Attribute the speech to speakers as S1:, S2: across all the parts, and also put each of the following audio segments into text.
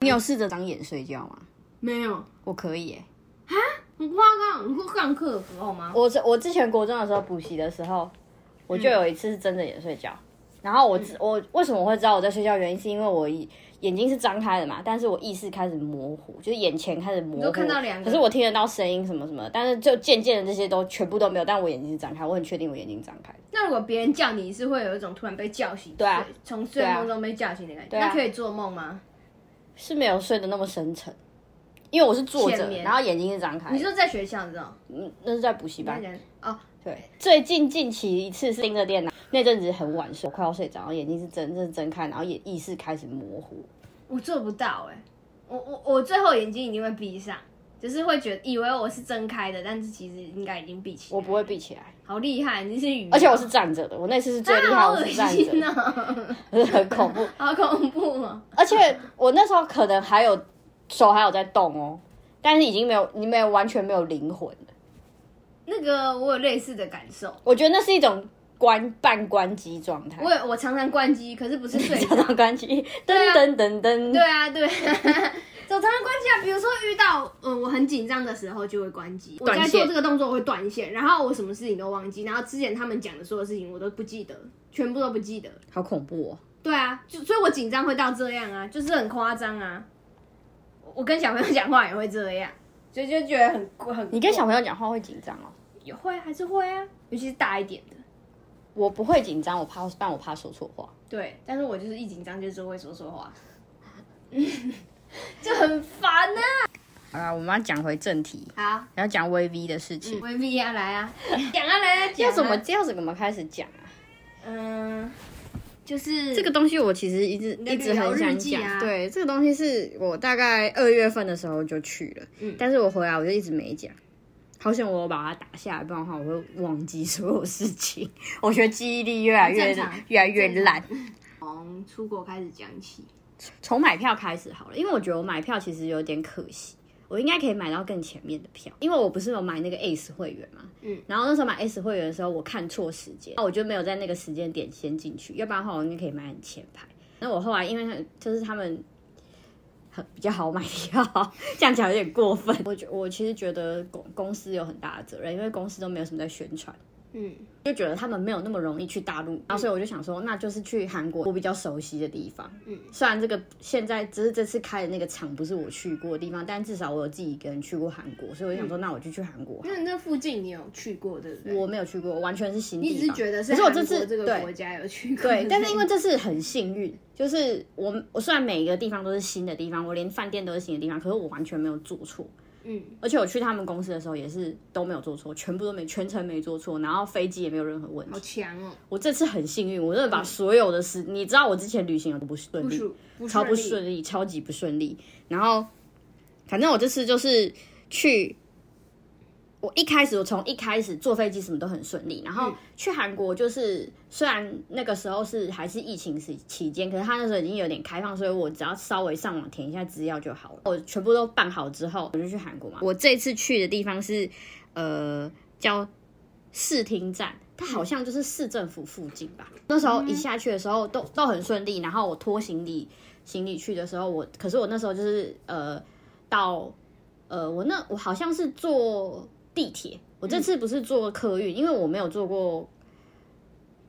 S1: 你有试着长眼睡觉吗？
S2: 没有，
S1: 我可以、欸，
S2: 很夸张。你会上课的时候吗？
S1: 我是我之前国中的时候补习的时候，我就有一次是睁着眼睡觉。然后我知我为什么会知道我在睡觉？原因是因为我一眼睛是张开的嘛，但是我意识开始模糊，就是眼前开始模糊，
S2: 就看到两个
S1: 可是我听得到声音什么什么的，但是就渐渐的这些都全部都没有，但我眼睛是张开，我很确定我眼睛张开的。
S2: 那如果别人叫你，是会有一种突然被叫醒，对
S1: 啊
S2: 从睡梦中被叫醒的感觉。
S1: 啊
S2: 那可以做梦吗？
S1: 是没有睡得那么深沉，因为我是坐
S2: 浅
S1: 着，
S2: 眠
S1: 然后眼睛是张开的。
S2: 你说在学校这种，
S1: 嗯那是在补习班？
S2: 哦，
S1: 对，最近近期一次是盯着电脑，那阵子很晚睡，我快要睡着，然后眼睛是睁认睁开，然后也意识开始模糊。
S2: 我做不到哎、我我我最后眼睛一定会闭上，就是会觉得以为我是睁开的，但是其实应该已经闭起来。
S1: 我不会闭起来，
S2: 好厉害，你是鱼，
S1: 而且我是站着的，我那次是最厉
S2: 啊
S1: 害，
S2: 好
S1: 我
S2: 恶
S1: 是站着
S2: 心
S1: 的，
S2: 哦，
S1: 很恐怖。
S2: 好恐怖哦。
S1: 而且我那时候可能还有手还有在动哦，但是已经没有，你没有完全没有灵魂了。
S2: 那个我有类似的感受，
S1: 我觉得那是一种关半关机状态，
S2: 我有我常常关机，可是不是睡着
S1: 常。常关机，噔
S2: 啊
S1: 噔噔噔，
S2: 对啊，对， 走常常关机啊。比如说遇到呃我很紧张的时候就会关机，我
S1: 断
S2: 在
S1: 线
S2: 做这个动作我会断线，然后我什么事情都忘记，然后之前他们讲的所有事情我都不记得，全部都不记得。
S1: 好恐怖哦。
S2: 对啊，就所以我紧张会到这样啊，就是很夸张啊。我我跟小朋友讲话也会这样，所以就觉得很很。
S1: 你跟小朋友讲话会紧张哦？
S2: 也会啊还是会啊，尤其是大一点的。
S1: 我不会紧张，我怕，但我怕说错话。
S2: 对，但是我就是一紧张就是会说说话， 就很烦呢、
S1: 好啦，我们要讲回正题，
S2: 啊。
S1: 要讲 VV 的事情。
S2: 好，威逼啊来 啊，讲啊来啊，讲
S1: 嗯要
S2: 啊
S1: 怎么？要怎么开始讲啊？
S2: 嗯，就是
S1: 这个东西我其实一直
S2: 的
S1: 一直很
S2: 旅游日
S1: 想
S2: 记
S1: 讲。
S2: 啊
S1: 对，这个东西是我大概二月份的时候就去了，但是我回来我就一直没讲。好险我有把它打下来，不然的话我会忘记所有事情。我觉得记忆力越来越
S2: 很正常
S1: 越来越烂。
S2: 从出国开始讲起。
S1: 从买票开始好了，因为我觉得我买票其实有点可惜，我应该可以买到更前面的票，因为我不是有买那个 ACE 会员嘛，嗯，然后那时候买 ACE 会员的时候，我看错时间，那我就没有在那个时间点先进去，要不然的话我应该可以买很前排。那我后来因为就是他们。很比较好买票， 这样讲有点过分。我觉我其实觉得公公司有很大的责任，因为公司都没有什么在宣传，
S2: 嗯，
S1: 就觉得他们没有那么容易去大陆，然后所以我就想说，那就是去韩国我比较熟悉的地方。嗯，虽然这个现在只是这次开的那个场不是我去过的地方，但至少我有自己一个人去过韩国，所以我就
S2: 嗯
S1: 想说，那我就去韩国。
S2: 那那附近你有去过对不对？
S1: 我没有去过，我完全是新地
S2: 你
S1: 方。
S2: 只是觉得
S1: 可是我
S2: 韩
S1: 这
S2: 国
S1: 次
S2: 这个
S1: 对
S2: 国家有去过，
S1: 对，但是因为
S2: 这
S1: 这次很幸运，就是我我虽然每一个地方都是新的地方，我连饭店都是新的地方，可是我完全没有做错。嗯，而且我去他们公司的时候也是都没有做错，全部都没全程没做错，然后飞机也没有任何问题
S2: 好。强哦，
S1: 我这次很幸运，我真的把所有的事，你知道我之前旅行有多不顺利，
S2: 不不
S1: 超不
S2: 利
S1: 顺利，超级不顺利。然后，反正我这次就是去，我一开始我从一开始坐飞机什么都很顺利，然后去韩国就是虽然那个时候是还是疫情时期间，可是他那时候已经有点开放，所以我只要稍微上网填一下资料就好了。我全部都办好之后，我就去韩国嘛。我这次去的地方是呃叫市厅站，它好像就是市政府附近吧。那时候一下去的时候都都很顺利，然后我拖行李行李去的时候，我可是我那时候就是呃到呃我那我好像是坐地铁，我这次不是坐客运，因为我没有坐过。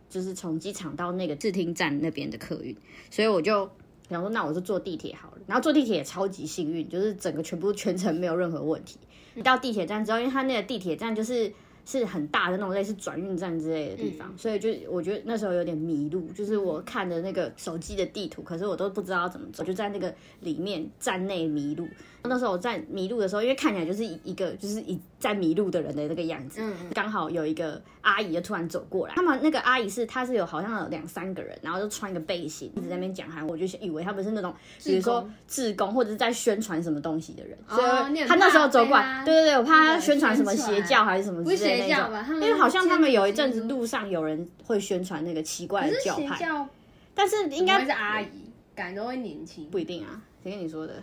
S1: 就是从机场到那个视听站那边的客运，所以我就想说，那我就坐地铁好了。然后坐地铁也超级幸运，就是整个全部全程没有任何问题。到地铁站之后，因为它那个地铁站就是是很大的那种类似转运站之类的地方，所以就我觉得那时候有点迷路，就是我看着那个手机的地图，可是我都不知道怎么走，我就在那个里面站内迷路。那时候我在迷路的时候，因为看起来就是一一个就是一在迷路的人的那个样子，刚好有一个阿姨就突然走过来，他们那个阿姨是她是有好像有两三个人，然后就穿一个背心，一直在那边讲韩文，我就以为他们是那种比如说志工嗯或者是在宣传什么东西的人，所
S2: 你
S1: 以
S2: 很
S1: 他那时候
S2: 怕
S1: 走过
S2: 被
S1: 来，
S2: 他
S1: 对对对，我怕他
S2: 那个
S1: 宣传什么
S2: 宣传
S1: 邪教还是什么之
S2: 不是
S1: 类的
S2: 邪
S1: 那
S2: 教
S1: 种
S2: 吧？他们
S1: 因为好像他们有一阵子
S2: 基督
S1: 路上有人会宣传那个奇怪的教
S2: 邪
S1: 派，
S2: 教
S1: 但是应
S2: 应该
S1: 该
S2: 是阿姨，感觉都会年轻。嗯
S1: 不一定啊。谁跟你说的？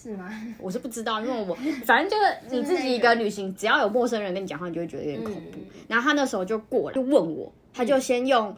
S2: 是吗？
S1: 我是不知道，因为我 反正就是你自己一个旅行，只要有陌生人跟你讲话，你就会觉得有点恐怖。
S2: 嗯
S1: 然后他那时候就过来，就问我，他就先用、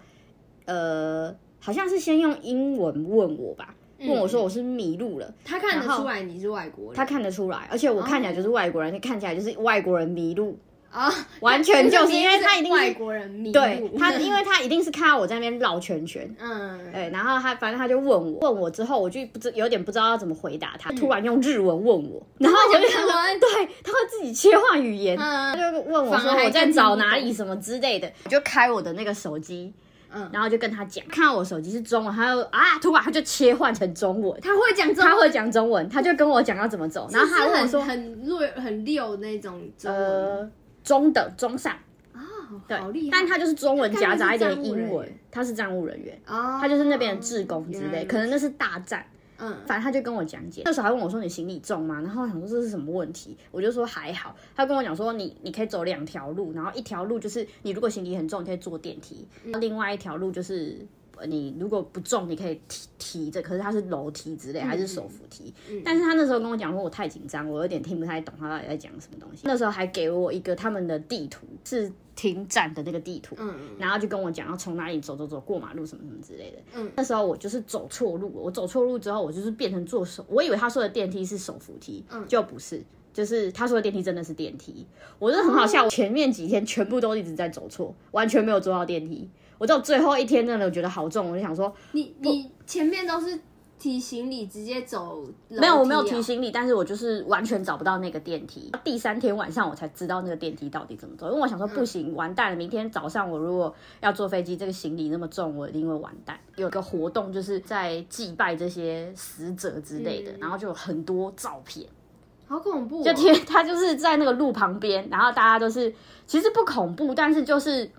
S1: 呃，好像是先用英文问我吧，问我说我是迷路了。
S2: 他看得出来你是外国人，
S1: 他看得出来，而且我看起来就是外国人，而且看起来就是外国人迷路，
S2: 啊，
S1: 完全就是因为他一定
S2: 外
S1: 是
S2: 国人迷路，
S1: 对他，因为他一定是看到我在那边绕圈圈，
S2: 嗯，
S1: 对，然后他反正他就问我，问我之后我就不知有点不知道要怎么回答
S2: 嗯
S1: 他，突然用日文问我，然后 我就想
S2: 日
S1: 说，
S2: 文
S1: 对，他会自己切换语言，
S2: 嗯
S1: 他就问我
S2: 反
S1: 说
S2: 而还
S1: 我在
S2: 更
S1: 找
S2: 听不
S1: 哪里
S2: 懂
S1: 什么之类的，我就开我的那个手机。
S2: 嗯
S1: 然后就跟他讲，看到我手机是中文，他就啊，突然他就切换成中文，
S2: 他会讲中文
S1: 他会讲中文，他就跟我讲要怎么走，然后
S2: 是
S1: 他还问我
S2: 很
S1: 说，
S2: 很溜很溜那种中文
S1: 呃，中等中上，
S2: 啊，
S1: 对，
S2: 好厉害，
S1: 但他就是中文夹杂一点英
S2: 他根本是站务人
S1: 文
S2: 员，
S1: 他是站务人员，
S2: 哦，
S1: 他就是那边的志工之
S2: 原来
S1: 类，
S2: 如此
S1: 可能那是大战，
S2: 嗯
S1: 反正他就跟我讲解，那时候还问我说你行李重吗？然后我想说这是什么问题，我就说还好。他跟我讲说你你可以走两条路，然后一条路就是你如果行李很重，你可以坐电梯；
S2: 嗯
S1: 另外一条路就是呃你如果不重，你可以提提着，可是它是楼梯之类还是手扶梯。
S2: 嗯
S1: 但是他那时候跟我讲说我太紧张，我有点听不太懂他到底在讲什么东西。那时候还给我一个他们的地图，是停站的那个地图，
S2: 嗯
S1: 然后就跟我讲要从哪里走走走过马路什么什么之类的。
S2: 嗯
S1: 嗯，那时候我就是走错路了，我走错路之后，我就是变成坐手，我以为他说的电梯是手扶梯，
S2: 嗯
S1: 就不是。就是他说的电梯真的是电梯，我真的很好
S2: 哦
S1: 笑。我前面几天全部都一直在走错，完全没有坐到电梯。我到最后一天真的我觉得好重，我就想说
S2: 你你前面都是提行李直接走，啊
S1: 没
S2: 没
S1: 有，我没有提，行李，但是我就是完全找不到那个电梯。
S2: 嗯
S1: 第三天晚上我才知道那个电梯到底怎么走，因为我想说不行，完蛋了，明天早上我如果要坐飞机，这个行李那么重，我一定会完蛋。有一个活动就是在祭拜这些死者之类的，
S2: 嗯
S1: 然后就有很多照片，
S2: 好恐怖哦，
S1: 就贴他就是在那个路旁边，然后大家都是其实不恐怖，但是就是。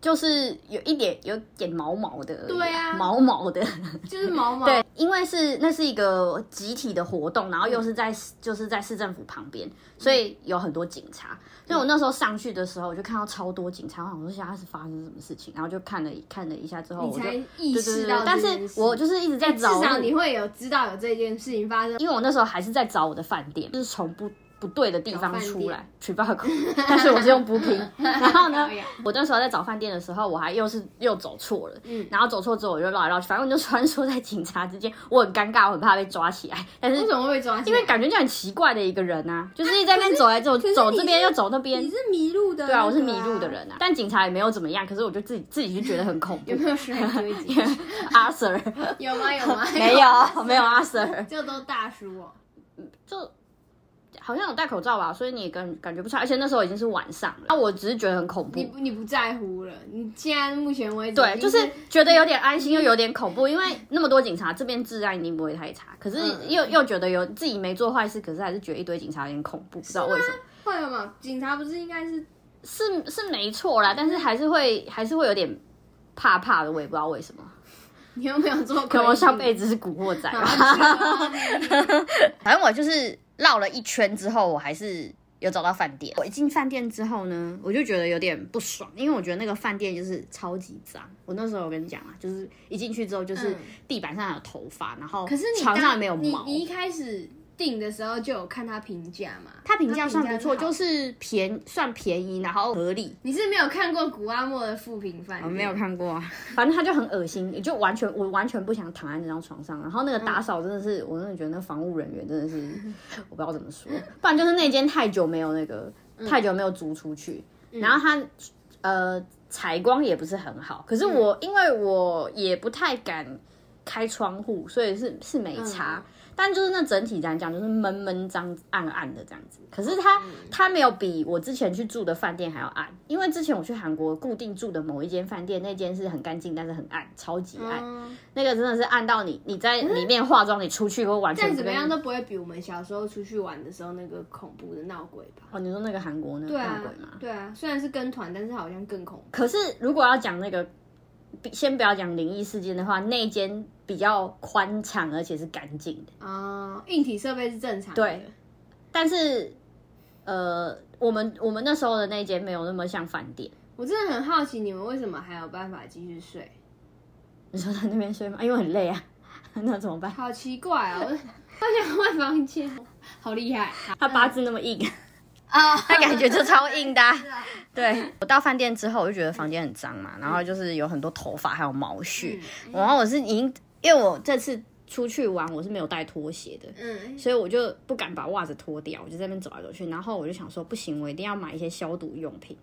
S1: 就是有一点有一点毛毛的而已，
S2: 对啊
S1: 毛毛的，
S2: 就是毛毛，
S1: 对，因为是那是一个集体的活动，然后又是
S2: 嗯
S1: 在、就是在市政府旁边，所以有很多警察。所以我那时候上去的时候，我就看到超多警察，我想说现在是发生什么事情，然后就看了看了一下之后，
S2: 你
S1: 我就
S2: 才
S1: 对
S2: 意
S1: 对
S2: 识
S1: 对
S2: 到
S1: 对，
S2: 这
S1: 但
S2: 件事，哎
S1: 是我就是一直在
S2: 至
S1: 找
S2: 少
S1: 路，
S2: 你会有知道有这件事情发生，
S1: 因为我那时候还是在找我的饭店，就是从不不对的地
S2: 找
S1: 方
S2: 饭
S1: 出
S2: 店
S1: 来取八口， 但是我是用不平。然后呢
S2: 哎呀，
S1: 我那时候在找饭店的时候，我还又是又走错了，
S2: 嗯
S1: 然后走错之后我就绕来绕去，反正我就穿梭在警察之间，我很尴尬，我很怕被抓起来，但是
S2: 为什么会被抓起
S1: 因
S2: 来？
S1: 为感觉就很奇怪的一个人啊，就是一直在那边走来走，
S2: 是
S1: 走
S2: 你
S1: 这边又走那边
S2: 你。是迷路的那
S1: 对
S2: 个、
S1: 啊，我是迷路的人啊，但警察也没有怎么样，可是我就自己自己就觉得很恐怖
S2: 有。没有水很纠结？
S1: 阿 Sir
S2: 有吗？有吗？
S1: 没有没有阿 Sir，
S2: 就都大叔哦。
S1: 就好像有戴口罩吧，所以你也感感觉不出来，而且那时候已经是晚上了，那我只是觉得很恐
S2: 你
S1: 怖，
S2: 不你不在乎了，你现在目前为止
S1: 对，
S2: 已
S1: 就
S2: 经
S1: 是
S2: 是
S1: 觉得有点安心又有点恐怖，因为那么多警察，这边治安一定不会太差，可是
S2: 嗯
S1: 又又觉得有自己没做坏事，可是还是觉得一堆警察有点恐怖，不知道为什么。
S2: 会了嘛？警察不是应该是
S1: 是是没错啦，但是还是会还是会有点怕怕的，我也不知道为什么，
S2: 你有没有做
S1: 可
S2: 可
S1: 能我上辈子是古惑仔啊吧。
S2: 啊
S1: 反正我就是绕了一圈之后，我还是有找到饭店。我一进饭店之后呢，我就觉得有点不爽，因为我觉得那个饭店就是超级脏。我那时候我跟你讲啊，就是一进去之后，就是
S2: 嗯
S1: 地板上有头发，然后
S2: 可是 你
S1: 床
S2: 当
S1: 上没有
S2: 你
S1: 毛。
S2: 你一开始订的时候就有看他评价嘛？
S1: 它评价算不错，就是是便算便宜，然后合理，
S2: 你是没有看过古阿莫的复评饭
S1: 我
S2: 店，
S1: 没有看过啊，反正他就很恶心，就完全我完全不想躺在那张床上。然后那个打扫真的是，我真的觉得那防务人员真的是，我不知道怎么说，不然就是那间太久没有那个太久没有租出去，然后他呃采光也不是很好。可是我、因为我也不太敢开窗户，所以是是没差。
S2: 嗯
S1: 但就是那整体来讲，就是闷闷脏、暗暗的这样子。可是它、
S2: 嗯
S1: 它没有比我之前去住的饭店还要暗，因为之前我去韩国固定住的某一间饭店，那间是很干净，但是很暗，超级暗。
S2: 嗯。
S1: 那个真的是暗到你你在里面化妆，你出去会完全
S2: 但
S1: 不
S2: 怎么
S1: 跟
S2: 样都不会比我们小时候出去玩的时候那个恐怖的闹鬼吧？
S1: 哦，你说那个韩国那个
S2: 对
S1: 闹
S2: 啊
S1: 鬼吗？，
S2: 对啊，虽然是跟团，但是好像更恐怖。
S1: 可是如果要讲那个，比先不要讲灵异事件的话，那间比较宽敞而且是干净的。
S2: 哦，硬体设备是正常的。
S1: 对但是，呃，我们我们那时候的那间没有那么像饭店。
S2: 我真的很好奇，你们为什么还有办法继续睡？
S1: 啊 你说在那边睡吗？因为很累啊，那怎么办？
S2: 好奇怪哦！我 想换房间，好 厉害！
S1: 他八字那么硬，
S2: 啊，
S1: 他 感觉就超硬的啊、
S2: 是啊嗯
S1: 对我到饭店之后，我就觉得房间很脏嘛，然后就是有很多头发还有毛絮，然后我是已经因为我这次出去玩我是没有带拖鞋的，
S2: 嗯，
S1: 所以我就不敢把袜子脱掉，我就在那边走来走去。然后我就想说，不行，我一定要买一些消毒用品，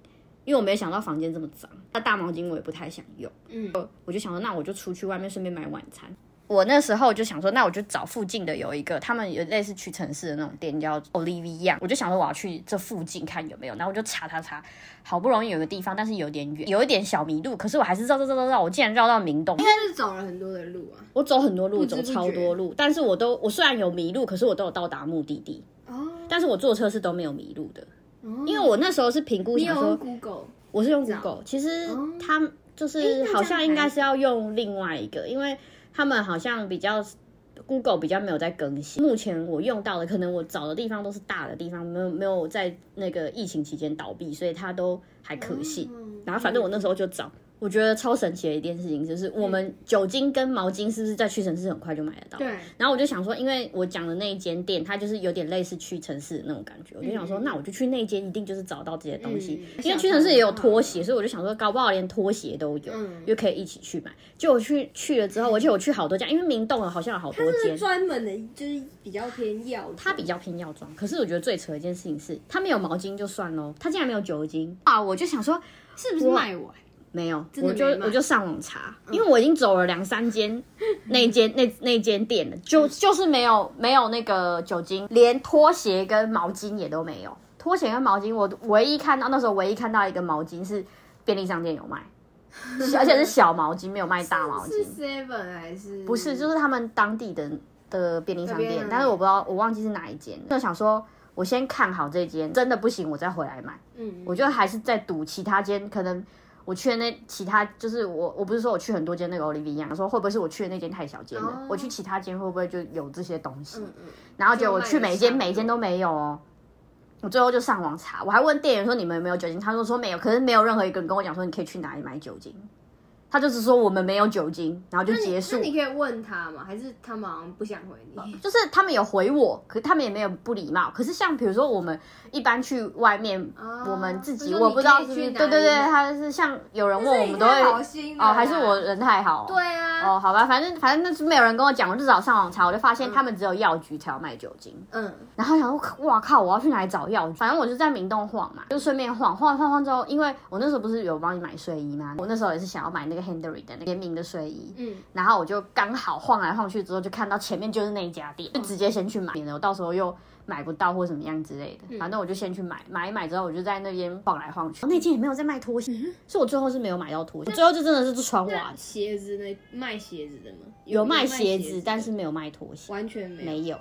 S1: 因为我没有想到房间这么脏。那大毛巾我也不太想用，
S2: 嗯，
S1: 我就想说，那我就出去外面顺便买晚餐。我那时候就想说，那我就找附近的有一个，他们有类似屈臣氏的那种店叫 Olivia，我就想说我要去这附近看有没有，然后我就查查查，好不容易有个地方，但是有点远，有一点小迷路，可是我还是绕绕绕绕绕，我竟然绕到明洞
S2: 应，该是走了很多的路啊。
S1: 我走很多路，
S2: 知
S1: 走
S2: 不觉
S1: 超多路，但是我都我虽然有迷路，可是我都有到达目的地。
S2: 哦，
S1: 但是我坐车是都没有迷路的，
S2: 因
S1: 因为我那时候是评估
S2: 哦你
S1: 想
S2: 有用
S1: 说，
S2: Google，
S1: 我是用 Google，其实
S2: 哦
S1: 他们就
S2: 诶
S1: 是
S2: 那这样
S1: 好像应该是要用另外一个，因为他们好像比较 Google 比较没有在更新。目前我用到的，可能我找的地方都是大的地方，没有没有在那个疫情期间倒闭，所以它都还可信。
S2: 嗯
S1: 然后反正我那时候就找。我觉得超神奇的一件事情就是，我们酒精跟毛巾是不是在屈臣氏很快就买得到？
S2: 对，
S1: 然后我就想说，因为我讲的那一间店，它就是有点类似屈臣氏的那种感觉，我就想说，
S2: 嗯
S1: 那我就去那间，一定就是找到这些东西。
S2: 嗯
S1: 因为屈臣氏也有拖鞋，所以我就想说，搞不好连拖鞋都有，
S2: 嗯
S1: 就可以一起去买。结果去去了之后，而且我去好多家，因为明洞好像有好多
S2: 就是
S1: 间。
S2: 专门的，就是比较偏药，
S1: 它比较偏药妆，可是我觉得最扯的一件事情是，它没有毛巾就算喽，它竟然没有酒精啊！我就想说，
S2: 是不是卖完？
S1: 没有，
S2: 的
S1: 我就
S2: 没买嗯
S1: 我就上网查，因为我已经走了两三 间那间那那间店了，就
S2: 嗯
S1: 就是没有没有那个酒精，连拖鞋跟毛巾也都没有。拖鞋跟毛巾，我唯一看到那时候唯一看到一个毛巾是便利商店有 卖，而且是小毛巾，没有卖大毛
S2: 是
S1: 巾，
S2: Seven 还是
S1: 不是就是他们当地的的便利商
S2: 那
S1: 店
S2: 边，
S1: 但是我不知道我忘记是哪一间了，就想说我先看好这间，真的不行我再回来买。
S2: 嗯，
S1: 我就还是在赌其他间，可能我去的那其他就是我，我不是说我去很多间那个 Olivia，说会不会是我去的那间太小间了
S2: 哦
S1: 我去其他间会不会就有这些东西？
S2: 嗯嗯，
S1: 然后结果我去每一间
S2: 就卖得差不多
S1: 每一间都没有哦。我最后就上网查，我还问店员说你们有没有酒精，他说说没有，可是没有任何一个人跟我讲说你可以去哪里买酒精，他就只说我们没有酒精，然后就
S2: 那你
S1: 结束
S2: 那。你可以问他嘛，还是他们好像不想回你？
S1: 就是他们有回我，可他们也没有不礼貌。可是像比如说我们一般去外面，
S2: 哦
S1: 我们自己
S2: 就是
S1: 我
S2: 你
S1: 不知道
S2: 可
S1: 是不
S2: 以
S1: 是
S2: 去哪
S1: 对对对，
S2: 里买
S1: 他是像有人问我们都
S2: 那
S1: 会
S2: 你太好心了
S1: 哦，
S2: 啦
S1: 还是我人太好。
S2: 对啊，
S1: 哦，好吧，反正反正那是没有人跟我讲，我至少上网查，我就发现他们只有药局才有卖酒精。
S2: 嗯，
S1: 然后想说，哇靠，我要去哪里找药局？反正我就在明洞晃嘛，就顺便晃晃晃晃之后，因为我那时候不是有帮你买睡衣吗？我那时候也是想要买那个 Henry 的那个联名的睡衣，
S2: 嗯，
S1: 然后我就刚好晃来晃去之后，就看到前面就是那一家店，就直接先去买，免得我到时候又买不到或什么样之类的。反正我就先去买，买一买之后，我就在那边晃来晃去。嗯哦那间也没有在卖拖鞋，嗯所以我最后是没有买到拖鞋，我最后就真的是穿袜
S2: 那
S1: 子，
S2: 鞋子呢？卖鞋子的吗？
S1: 有卖鞋
S2: 鞋
S1: 子，但啊是没有卖拖鞋，
S2: 完全没有，
S1: 没有，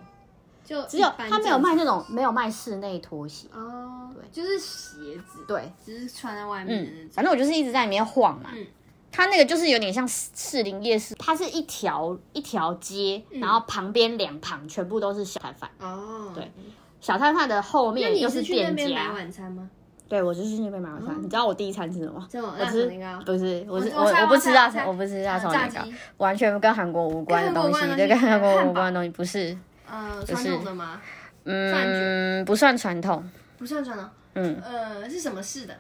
S2: 就
S1: 只有
S2: 一般
S1: 他没有
S2: 正
S1: 卖那种没有卖室内拖鞋，
S2: 常哦，对，就是鞋子，
S1: 对，
S2: 只是穿在外面的那种。
S1: 嗯反正我就是一直在里面晃嘛。
S2: 嗯
S1: 它那个就是有点像士士林夜市，它是一条一条街，然后旁边两旁全部都是小摊贩。
S2: 哦，对，
S1: 小摊贩的后面
S2: 你
S1: 就是
S2: 去那
S1: 店
S2: 边买
S1: 家。
S2: 晚餐吗？
S1: 对，我就是去那边买晚餐。你知道我第一餐吃什么？
S2: 这种
S1: 我
S2: 辣
S1: 吃
S2: 炒年糕
S1: 不是，我是
S2: 我
S1: 我
S2: 我猜
S1: 我不吃大
S2: 我猜
S1: 餐，我不吃大炒
S2: 炸
S1: 年糕
S2: 鸡，
S1: 完全跟韩国无关的
S2: 跟韩
S1: 东西，
S2: 国无关的
S1: 对，跟
S2: 东西
S1: 韩国
S2: 汉
S1: 无
S2: 堡
S1: 关的东西不是，
S2: 呃，传统的吗？饭
S1: 嗯，
S2: 卷
S1: 不算传统。
S2: 不算传统，
S1: 嗯，
S2: 呃，是什么式的？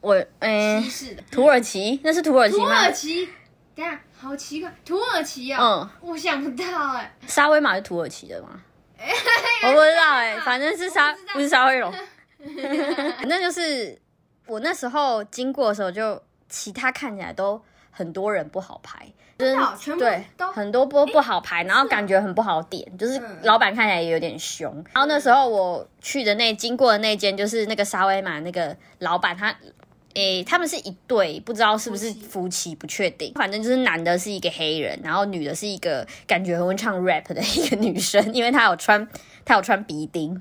S1: 我嗯
S2: 西，式的。
S1: 土耳其那是土耳其
S2: 土
S1: 吗？
S2: 耳其，等一下好奇怪，土耳其哦，
S1: 嗯
S2: 我想不到哎，
S1: 沙威玛是土耳其的吗？我不知道哎、反正是沙
S2: 我不知道
S1: 不是沙威 龙，反正就是我那时候经过的时候就，其他看起来都很多人不好排，就是
S2: 真的哦全部
S1: 对
S2: 都
S1: 很多波不好排，然后感觉很不好点，就是
S2: 嗯
S1: 老板看起来也有点凶。然后那时候我去的那经过的那间就是那个沙威玛那个老板他。诶、他们是一对，不知道是不是夫
S2: 夫妻
S1: 妻，不确定。反正就是男的是一个黑人，然后女的是一个感觉很会唱 rap 的一个女生，因为她有穿她有穿鼻钉。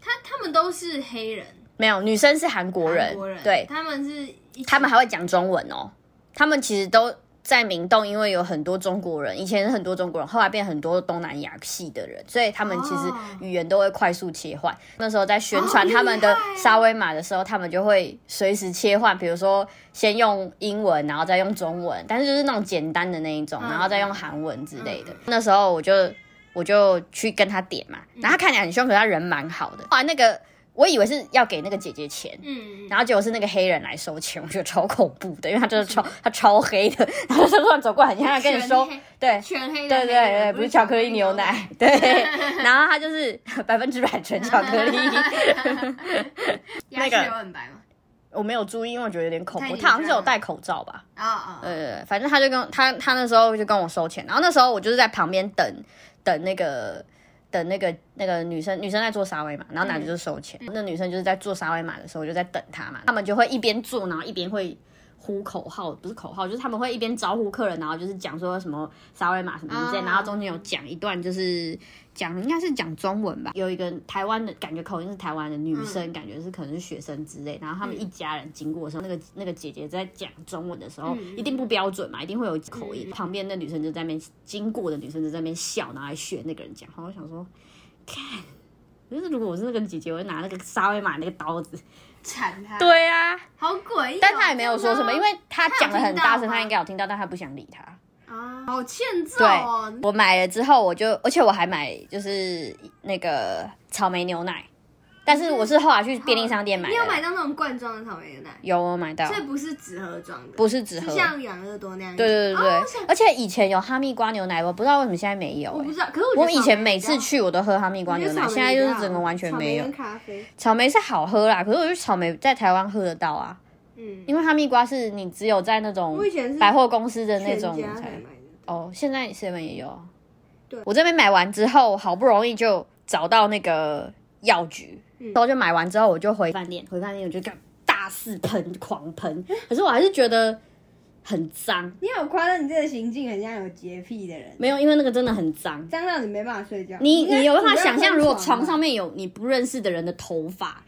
S2: 他他们都是黑人，
S1: 没有，女生是韩国人，
S2: 韩国人，
S1: 对
S2: 他们是一起
S1: 他们还会讲中文哦。他们其实都在明洞，因为有很多中国人，以前很多中国人，后来变很多东南亚系的人，所以他们其实
S2: 哦
S1: 语言都会快速切换。那时候在宣
S2: 好
S1: 传
S2: 厉
S1: 他们的
S2: 害啊
S1: 沙威玛的时候，他们就会随时切换，比如说先用英文，然后
S2: 嗯
S1: 再用中文，但是就是那种简单的那一种，然后再用韩文之类的。那时候我就我就去跟他点嘛，
S2: 嗯
S1: 然后他看起来很凶，可是他人蛮好的。后来那个我以为是要给那个姐姐钱，
S2: 嗯，
S1: 然后结果是那个黑人来收钱，我觉得超恐怖的，因为他真的超他超黑的， 然后他就突然走过来，很像要跟你收
S2: 全黑，
S1: 对。
S2: 全黑的
S1: 对
S2: 黑
S1: 对
S2: 人，
S1: 对，不是巧克力牛奶，对，然后他就是百分之百纯巧克力，
S2: 牙
S1: 那
S2: 齿
S1: 个
S2: 有很白吗？
S1: 我没有注意，因为我觉得有点恐
S2: 太
S1: 怖。
S2: 紧
S1: 他好像是
S2: 张
S1: 有
S2: 了
S1: 戴口罩吧？
S2: 哦哦，哦
S1: 呃，反正他就跟他他那时候就跟我收钱，然后那时候我就是在旁边等等那个等那个那个女生女生在做沙威玛，然后男的就收钱，那女生就是在做沙威玛的时候我就在等他嘛，他们就会一边做，然后一边会。呼口号不是口号，就是他们会一边招呼客人，然后就是讲说什么沙威玛什么之类
S2: 哦
S1: 然后中间有讲一段，就是讲应该是讲中文吧。有一个台湾的感觉口音是台湾的女生，感觉是可能是学生之类，然后他们一家人经过的时候，那个那个姐姐在讲中文的时候，一定不标准嘛，一定会有口音。旁边的女生就在那边经过的女生就在那边笑，然后还学那个人讲话。我想说，看，就是如果我是那个姐姐，我会拿那个沙威玛那个刀子。
S2: 铲他，，
S1: 对啊，
S2: 好诡异哦。
S1: 但她也没有说什么，
S2: 真
S1: 因
S2: 的
S1: 为她讲的很大声，
S2: 她有听到吗
S1: 她应该有听到，但她不想理他。
S2: 啊，好欠揍
S1: 对
S2: 哦。，
S1: 我买了之后，我就，而且我还买就是那个草莓牛奶，但是我是后来去便利商店买
S2: 你有买
S1: 的，
S2: 到那种罐装的草莓牛奶？
S1: 有我买到，
S2: 这不是纸盒装的，
S1: 不是纸
S2: 是
S1: 盒，
S2: 像养乐多那样。
S1: 对对对对
S2: 哦我想
S1: 对，而且以前有哈密瓜牛奶，我不知道为什么现在没有、
S2: 我不
S1: 欸
S2: 知道，可是我觉得
S1: 我以前
S2: 草莓
S1: 每次
S2: 比较
S1: 去我都喝哈密瓜牛奶，现在就是整个完全没有
S2: 草莓。跟咖啡，
S1: 草莓是好喝啦，可是我觉得草莓在台湾喝得到啊，
S2: 嗯，
S1: 因为哈密瓜是你只有在那种
S2: 我以前是
S1: 百货公司的那
S2: 全
S1: 种
S2: 家才
S1: 才
S2: 买的。
S1: 哦，现在 seven 也有啊。
S2: 对
S1: 我这边买完之后，好不容易就找到那个药局，
S2: 嗯
S1: 然后就买完之后，我就回饭店，回饭店我就干大肆喷，狂喷。可是我还是觉得很脏，
S2: 你好夸张，你这个行径很像有洁癖的人，
S1: 没有，因为那个真的很脏。
S2: 脏到你没办法睡觉。
S1: 你
S2: 应该
S1: 你有办法
S2: 不要
S1: 想象，如果
S2: 喷
S1: 床
S2: 啊
S1: 上，面有你不认识的人的头发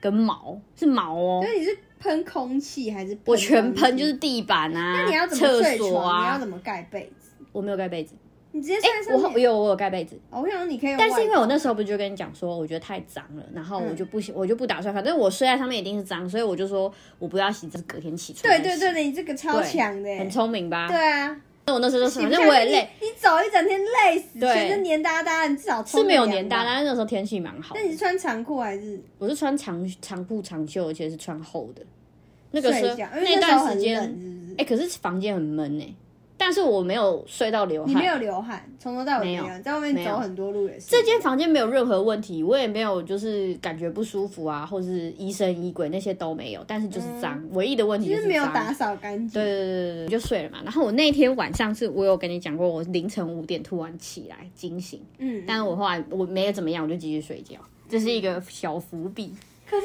S1: 跟毛是毛哦
S2: 所，以你是喷空气还是喷
S1: 我全
S2: 东
S1: 喷，
S2: 西
S1: 就是地板啊，
S2: 那你要怎么
S1: 厕
S2: 睡
S1: 所
S2: 床？你要
S1: 啊，
S2: 怎么盖被子？
S1: 我没有盖被子，
S2: 你直接睡在上
S1: 我我
S2: 面。
S1: 有我有盖被子，
S2: 哦我想说你可以用外
S1: 但
S2: 套，嗯
S1: 是因为我那时候不就跟你讲说，我觉得太脏了，然后我就不喜，我就不打算，反正我睡在上面一定是脏，所以我就说我不要洗，就是隔天起床。
S2: 对对对，你这个超
S1: 对
S2: 强的耶，
S1: 很聪明吧？
S2: 对，啊，
S1: 那我那时候就说
S2: 你
S1: 反
S2: 不
S1: 正
S2: 像
S1: 我也
S2: 你
S1: 累，，
S2: 你走一整天累死，
S1: 对
S2: 全身黏哒哒，你至少
S1: 是
S2: 是
S1: 没有年大，但是那时候天气蛮好的
S2: 那。你是穿长裤还是
S1: 我是穿长长裤长袖，而且是穿厚的。那个时
S2: 睡
S1: 候
S2: 觉？因为那时候
S1: 段
S2: 很
S1: 时间，
S2: 冷，是不是？
S1: 哎、可是房间很闷哎、但是我没有睡到流
S2: 你没
S1: 汗。
S2: 有流汗，从头到尾没
S1: 没
S2: 有，在外面
S1: 没有
S2: 走很多路也是。
S1: 这间房间没有任何问题，我也没有就是感觉不舒服啊，或是疑神疑鬼那些都没有，但是就是脏，唯一的问题
S2: 就
S1: 就是
S2: 嗯没有
S1: 脏
S2: 打扫干净。
S1: 对对对对对，就睡了嘛。然后我那天晚上是我有跟你讲过，我凌晨五点突然起来惊醒，
S2: 嗯，
S1: 但是我后来我没有怎么样，我就继续睡觉，这是一个小伏笔。
S2: 可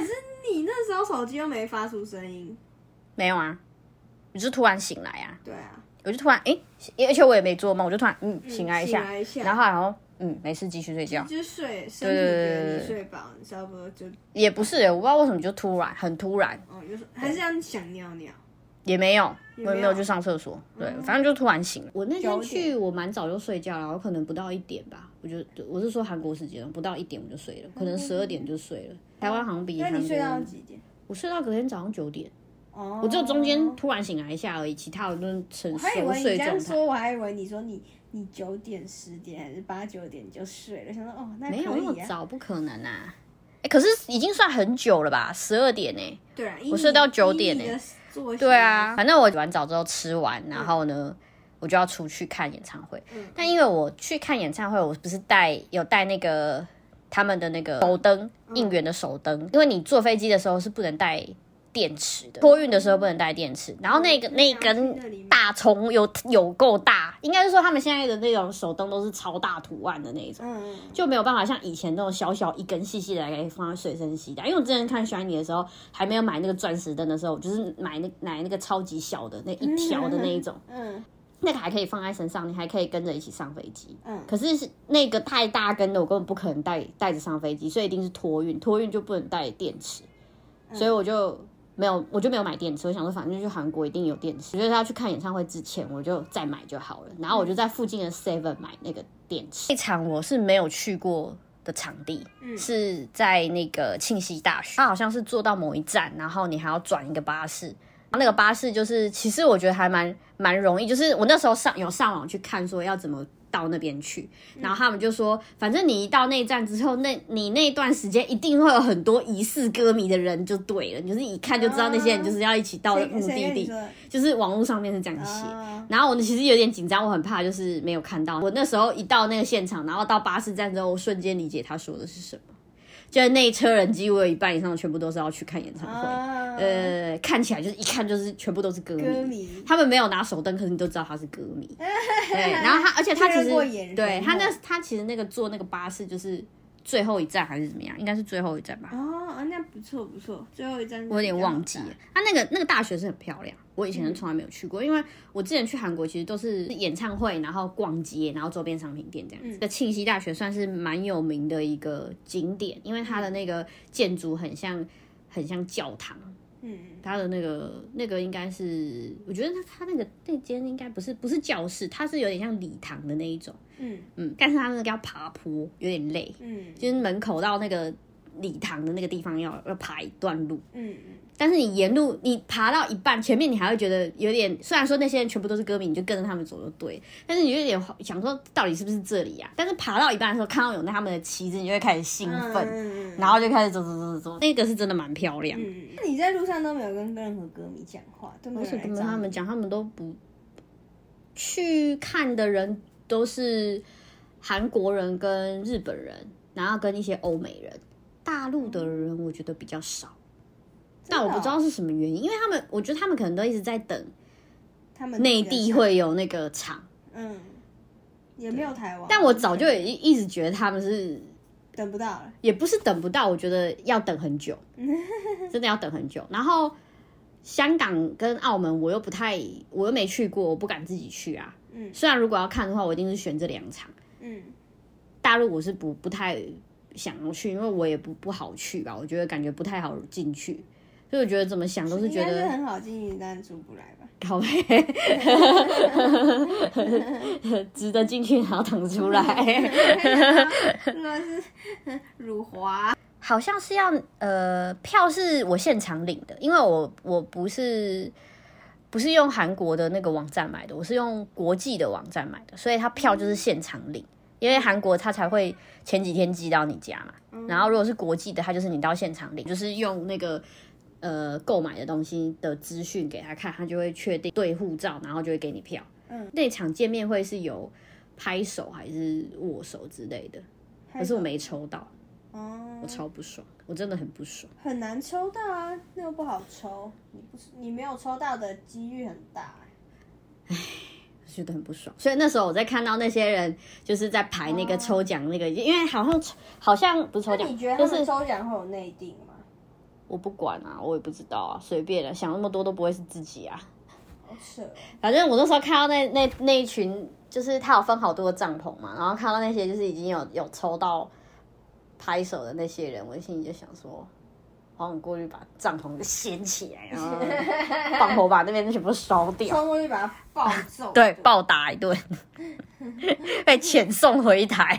S2: 是你那时候手机又没发出声音，
S1: 没有啊，我就突然醒来啊，
S2: 对啊，
S1: 我就突然哎、诶而且我也没做梦，我就突然嗯醒来一下，
S2: 醒来一下
S1: 然后然后嗯没事继续睡觉，
S2: 就是睡，身
S1: 对
S2: 体
S1: 对
S2: 觉得
S1: 对
S2: 你
S1: 对
S2: 睡饱，你差不多就
S1: 也不是、我不知道为什么就突然很突然，
S2: 哦，就是还是让你想尿尿。
S1: 也没有，
S2: 也没有
S1: 我也没有去上厕所，对，反正就突然醒了。我那
S2: 九
S1: 天
S2: 点
S1: 去，我蛮早就睡觉了，我可能不到一点吧，我就我是说韩国时间，不到一点我就睡了，可能十二点就睡了。台湾好像比
S2: 那
S1: 韩国
S2: 你睡到几点？
S1: 我睡到隔天早上九点，
S2: 哦，
S1: 我只有中间突然醒来一下而已，其他我都是沉
S2: 我
S1: 熟
S2: 还以为你这
S1: 睡状
S2: 样
S1: 态。
S2: 说，我还以为你说你你九点十点还是八九点就睡了，想说哦，那可
S1: 没有那
S2: 以
S1: 么
S2: 啊。
S1: 早，不可能啊！哎、可是已经算很久了吧，十二点呢、欸
S2: 对啊，
S1: 我睡到九点
S2: 呢
S1: 欸。
S2: 对
S1: 对啊，，反正我洗完澡之后吃完，然后呢，我就要出去看演唱会。但因为我去看演唱会，我不是带有带那个他们的那个手灯，应援的手灯，因为你坐飞机的时候是不能带电池的，托运的时候不能带电池。然后那个
S2: 嗯
S1: 那一
S2: 想起那里
S1: 根
S2: 吗
S1: 大葱有有够大，应该是说他们现在的那种手灯都是超大图案的那一种。
S2: 嗯，
S1: 就没有办法像以前那种小小一根细细的来放在随身携带。因为我之前看 Shiny 的时候，还没有买那个钻石灯的时候，我就是买那买那个超级小的那一条的那一种，
S2: 嗯，
S1: 那个还可以放在身上，你还可以跟着一起上飞机。
S2: 嗯
S1: 可是是那个太大根的，我根本不可能带带着上飞机，所以一定是托运，托运就不能带电池，所以我就。没有，我就没有买电池。我想说，反正去韩国一定有电池，就是要去看演唱会之前，我就再买就好了。然后我就在附近的 Seven 买那个电池。这场我是没有去过的场地，是在那个庆熙大学，它好像是坐到某一站，然后你还要转一个巴士。然后那个巴士就是，其实我觉得还蛮蛮容易，就是我那时候上有上网去看说要怎么到那边去，
S3: 嗯
S1: 然后他们就说，反正你一到那一站之后，那你那段时间一定会有很多疑似歌迷的人就对了，你就是一看就知道那些人就是
S3: 啊
S1: 要一起到的目
S3: 嗯谁
S1: 的
S3: 跟你
S1: 地
S3: 说，的？
S1: 就是网络上面是这样写。
S3: 啊
S1: 然后我呢其实有点紧张，我很怕就是没有看到。我那时候一到那个现场，然后到巴士站之后，我瞬间理解他说的是什么，就是那一车人几乎有一半以上全部都是要去看演唱会。
S3: 啊
S1: 呃，看起来就是一看就是全部都是歌迷，
S3: 歌迷
S1: 他们没有拿手灯，可是你都知道他是歌 迷。对，然后他，而且他
S3: 确
S1: 其
S3: 认
S1: 实
S3: 过眼神
S1: 对
S3: 后
S1: 他那他其实那个坐那个巴士就是最后一站还是怎么样，应该是最后一站吧，
S3: 哦，啊那不错不错，最后一站
S1: 我有点忘记了。他那个那个大学是很漂亮，我以前
S3: 嗯
S1: 是从来没有去过，因为我之前去韩国其实都是演唱会，然后逛街，然后周边商品店这
S3: 嗯
S1: 样子。这庆熙大学算是蛮有名的一个景点，因为它的那个建筑很像很像教堂。
S3: 嗯，
S1: 它的那个那个应该是，我觉得它它那个那间应该不是不是教室，它是有点像礼堂的那一种，
S3: 嗯
S1: 嗯，但是它那个要爬坡，有点累，
S3: 嗯
S1: 就是门口到那个礼堂的那个地方要要爬一段路，
S3: 嗯
S1: 但是你沿路你爬到一半，前面你还会觉得有点，虽然说那些人全部都是歌迷，你就跟着他们走就对，但是你就有点想说到底是不是这里呀、啊但是爬到一半的时候，看到有那他们的旗子，你就会开始兴
S3: 嗯
S1: 奋，
S3: 嗯
S1: 然后就开始走走走走走，那个是真的蛮漂亮的。
S3: 嗯，那你在路上都没有跟任何歌迷讲话，都没
S1: 我
S3: 有
S1: 是
S3: 人来
S1: 跟
S3: 找
S1: 他
S3: 你
S1: 们讲，他们都不去看的人都是韩国人跟日本人，然后跟一些欧美人，大陆的人我觉得比较少。
S3: 真的
S1: 但
S3: 哦
S1: 我不知道是什么原因，因为他们，我觉得他们可能都一直在等
S3: 他们
S1: 内地会有那个场，
S3: 嗯，也没有台湾，
S1: 但我早就也一一直觉得他们是
S3: 等不到了。
S1: 也不是等不到，我觉得要等 很久，真的要等很久。然后香港跟澳门我又不太，我又没去过，我不敢自己去啊。
S3: 嗯
S1: 虽然如果要看的话，我一定是选这两场。
S3: 嗯
S1: 大陆我是不不太想要去，因为我也不不好去吧，我觉得感觉不太好进去。所以我觉得怎么想都是觉
S3: 应该是
S1: 得
S3: 很好经营，但出不来吧？
S1: 好 呗， 值得进去然后躺出来。
S3: 那是呃辱华，
S1: 好像是要呃，票是我现场领的，因为我我不是不是用韩国的那个网站买的，我是用国际的网站买的，所以它票就是现场领，因为韩国它才会前几天寄到你家嘛，然后如果是国际的，它就是你到现场领，就是用那个。呃，购买的东西的资讯给他看，他就会确定对护照，然后就会给你票。嗯，那场见面会是有拍手还是握手之类的，可是我没抽到。
S3: 哦
S1: 我，超不爽，我真的很不爽。
S3: 很难抽到啊，那又不好抽，你不是你没有抽到的几率很大欸、
S1: 我觉得很不爽，所以那时候我在看到那些人就是在排那个抽奖那个，因为好像抽好像不是抽
S3: 哦那
S1: 奖
S3: 你觉得，他
S1: 就
S3: 们
S1: 是
S3: 抽奖会有内定吗？
S1: 我不管啊，我也不知道啊，随便啊，想那么多都不会是自己啊。
S3: 好扯哦，
S1: 反正我那时候看到那那那一群，就是他有分好多个帐篷嘛，然后看到那些就是已经有有抽到拍手的那些人，我心里就想说，好想过去把帐篷给掀起来，然后放火把那边全部烧掉。
S3: 冲过去把他暴揍，
S1: 对，暴打一顿，被遣送回台。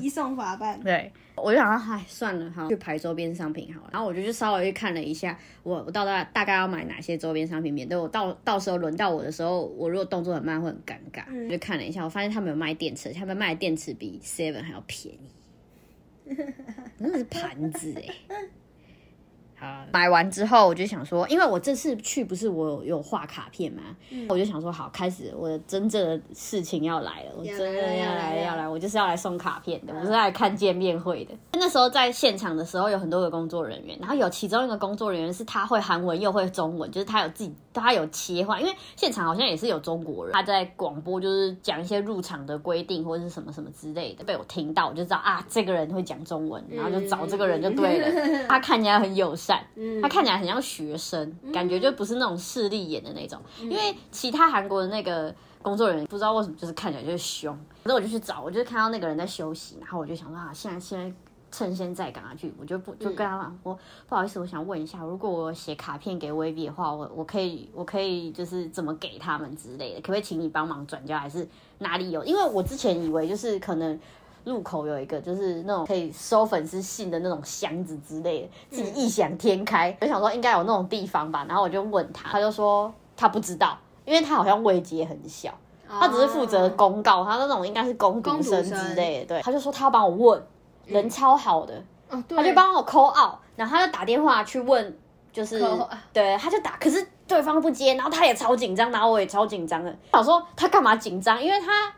S3: 移送法办，
S1: 对，我就想说，哎，算了，好，去排周边商品好了。然后我就去稍微去看了一下，我我到大大概要买哪些周边商品，免得我到到时候轮到我的时候，我如果动作很慢会很尴尬。
S3: 嗯
S1: 就看了一下，我发现他们有卖电池，他们卖的电池比 Seven 还要便宜， 那是盘子哎、好，买完之后我就想说，因为我这次去不是我有有画卡片嘛，我就想说好，开始我的真正的事情要来了，我
S3: 要
S1: 真
S3: 来
S1: 的
S3: 了
S1: 要
S3: 要来
S1: 来
S3: 了
S1: 了要来，我就是要来送卡片的，我是来看见面会的。那时候在现场的时候有很多个工作人员，然后有其中一个工作人员是他会韩文又会中文，就是他有自己他有切换，因为现场好像也是有中国人，他在广播就是讲一些入场的规定或者是什么什么之类的，被我听到我就知道啊，这个人会讲中文，然后就找这个人就对了，他看起来很友善，他看起来很像学生，感觉就不是那种势利眼的那种。因为其他韩国的那个工作人员不知道为什么就是看起来就是凶，可是我就去找，我就看到那个人在休息，然后我就想说啊，现在现在趁现在赶快去，我就不就跟他讲说、不好意思，我想问一下，如果我写卡片给 v i v 的话，我我可以我可以就是怎么给他们之类的，可不可以请你帮忙转交，还是哪里有？因为我之前以为就是可能。入口有一个就是那种可以收粉丝信的那种箱子之类的，自己异想天开，我想说应该有那种地方吧，然后我就问他，他就说他不知道，因为他好像位阶很小，他只是负责
S3: 哦
S1: 公告，他那种应该是公读生
S2: 哦公读
S1: 之
S2: 生
S1: 类的。对，他就说他要帮我问，人超好的，
S2: 哦，对，
S1: 他就帮我 call out，然后他就打电话去问，就是
S2: 口
S1: 对，他就打，可是对方不接，然后他也超紧张，然后我也超紧张的，想说他干嘛紧张？因为他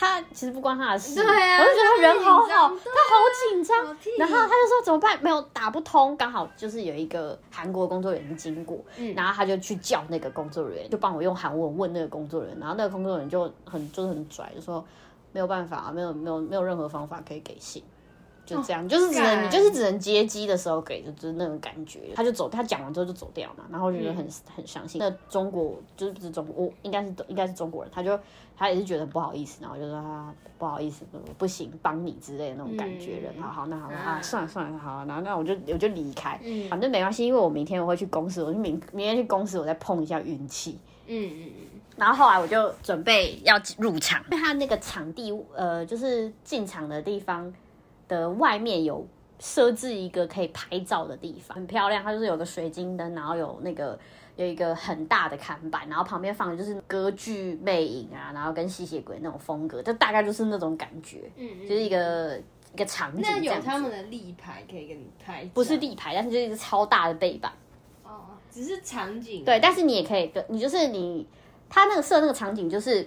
S1: 他其实不关他的事，
S2: 对啊
S1: 我就觉得他人好好，
S2: 他很紧张对啊
S1: 他好紧张
S2: 好屁，
S1: 然后他就说怎么办？没有打不通，刚好就是有一个韩国工作人员经过，
S2: 嗯
S1: 然后他就去叫那个工作人员，就帮我用韩文问那个工作人员，然后那个工作人员就很就是很拽，就说没有办法，没有没有没有任何方法可以给信。就这样，就是只能
S2: 干
S1: 你就是只能接机的时候给，就就是那种感觉。他就走，他讲完之后就走掉嘛，然后我就觉得很、很伤心。那中国就是不是中国，我应该是应该是中国人，他就他也是觉得很不好意思，然后就说啊不好意思，不行，帮你之类的那种感觉。
S2: 嗯
S1: 人好好那好啊
S2: 啊
S1: 算了算了好，然后那我就我就离开，反正没关系，因为我明天我会去公司，我就明明天去公司我再碰一下运气。
S2: 嗯嗯嗯，
S1: 然后后来我就准备要入场，因为他那个场地，呃，就是进场的地方的外面有设置一个可以拍照的地方，很漂亮。它就是有个水晶灯，然后有那个有一个很大的看板，然后旁边放的就是歌剧魅影啊，然后跟吸血鬼那种风格，就大概就是那种感觉，
S2: 嗯嗯
S1: 就是一个一个场景这
S2: 那
S1: 样子。
S2: 有他们的立牌可以给你拍照，
S1: 不是立牌，但是就是一个超大的背板。
S2: 哦，只是场 景，
S1: 对， 但是你也可以跟你就是你，他那个设那个场景就是，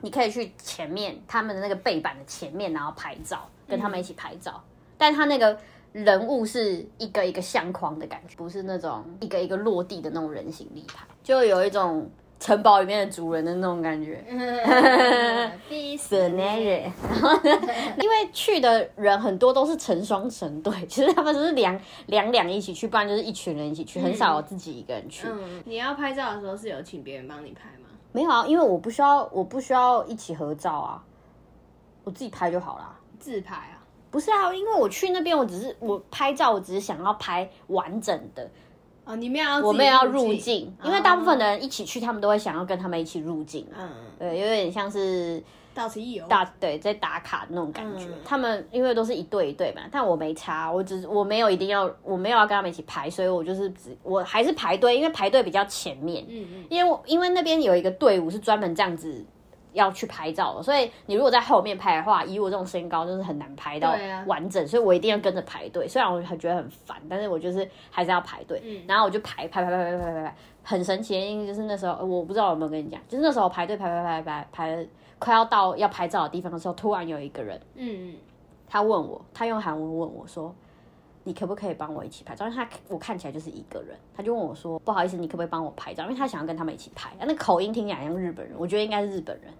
S1: 你可以去前面他们的那个背板的前面，然后拍照，跟他们一起拍照。
S2: 嗯
S1: 但他那个人物是一个一个相框的感觉，不是那种一个一个落地的那种人形立牌，就有一种城堡里面的主人的那种感觉。
S2: 嗯，逼死
S1: 的那人，然后呢，因为去的人很多都是成双成对，其实他们只是两两两一起去，不然就是一群人一起去，很少有自己一个人去。
S2: 嗯，你要拍照的时候是有请别人帮你拍吗？
S1: 没有啊，因为我不需要，我不需要一起合照啊，我自己拍就好啦。
S2: 自拍啊？
S1: 不是啊，因为我去那边，我只是我拍照，我只是想要拍完整的，
S2: 哦，你们要
S1: 我
S2: 我
S1: 没有要入境，因为大部分的人一起去，他们都会想要跟他们一起入境啊。
S2: 嗯，
S1: 对，有点像是
S2: 到此一游，
S1: 大对在打卡那种感觉。
S2: 嗯
S1: 他们因为都是一对一对嘛，但我没差，我只是我没有一定要，我没有要跟他们一起排，所以我就是只我还是排队，因为排队比较前面。
S2: 嗯嗯，
S1: 因为我因为那边有一个队伍是专门这样子要去拍照的，所以你如果在后面拍的话，以我这种身高就是很难拍到
S2: 对啊
S1: 完整，所以我一定要跟着排队。虽然我很觉得很烦，但是我就是还是要排队。
S2: 嗯
S1: 然后我就排排排排排排排排，很神奇的因为就是那时候呃我不知道有没有跟你讲，就是那时候排队排排排排排了快要到要拍照的地方的时候，突然有一个人
S2: 嗯嗯，
S1: 他问我，他用韩文问我说：“你可不可以帮我一起拍照？”因为他我看起来就是一个人，他就问我说：“不好意思，你可不可以帮我拍照？”因为他想要跟他们一起拍，啊那口音听起来像日本人，我觉得应该是日本人。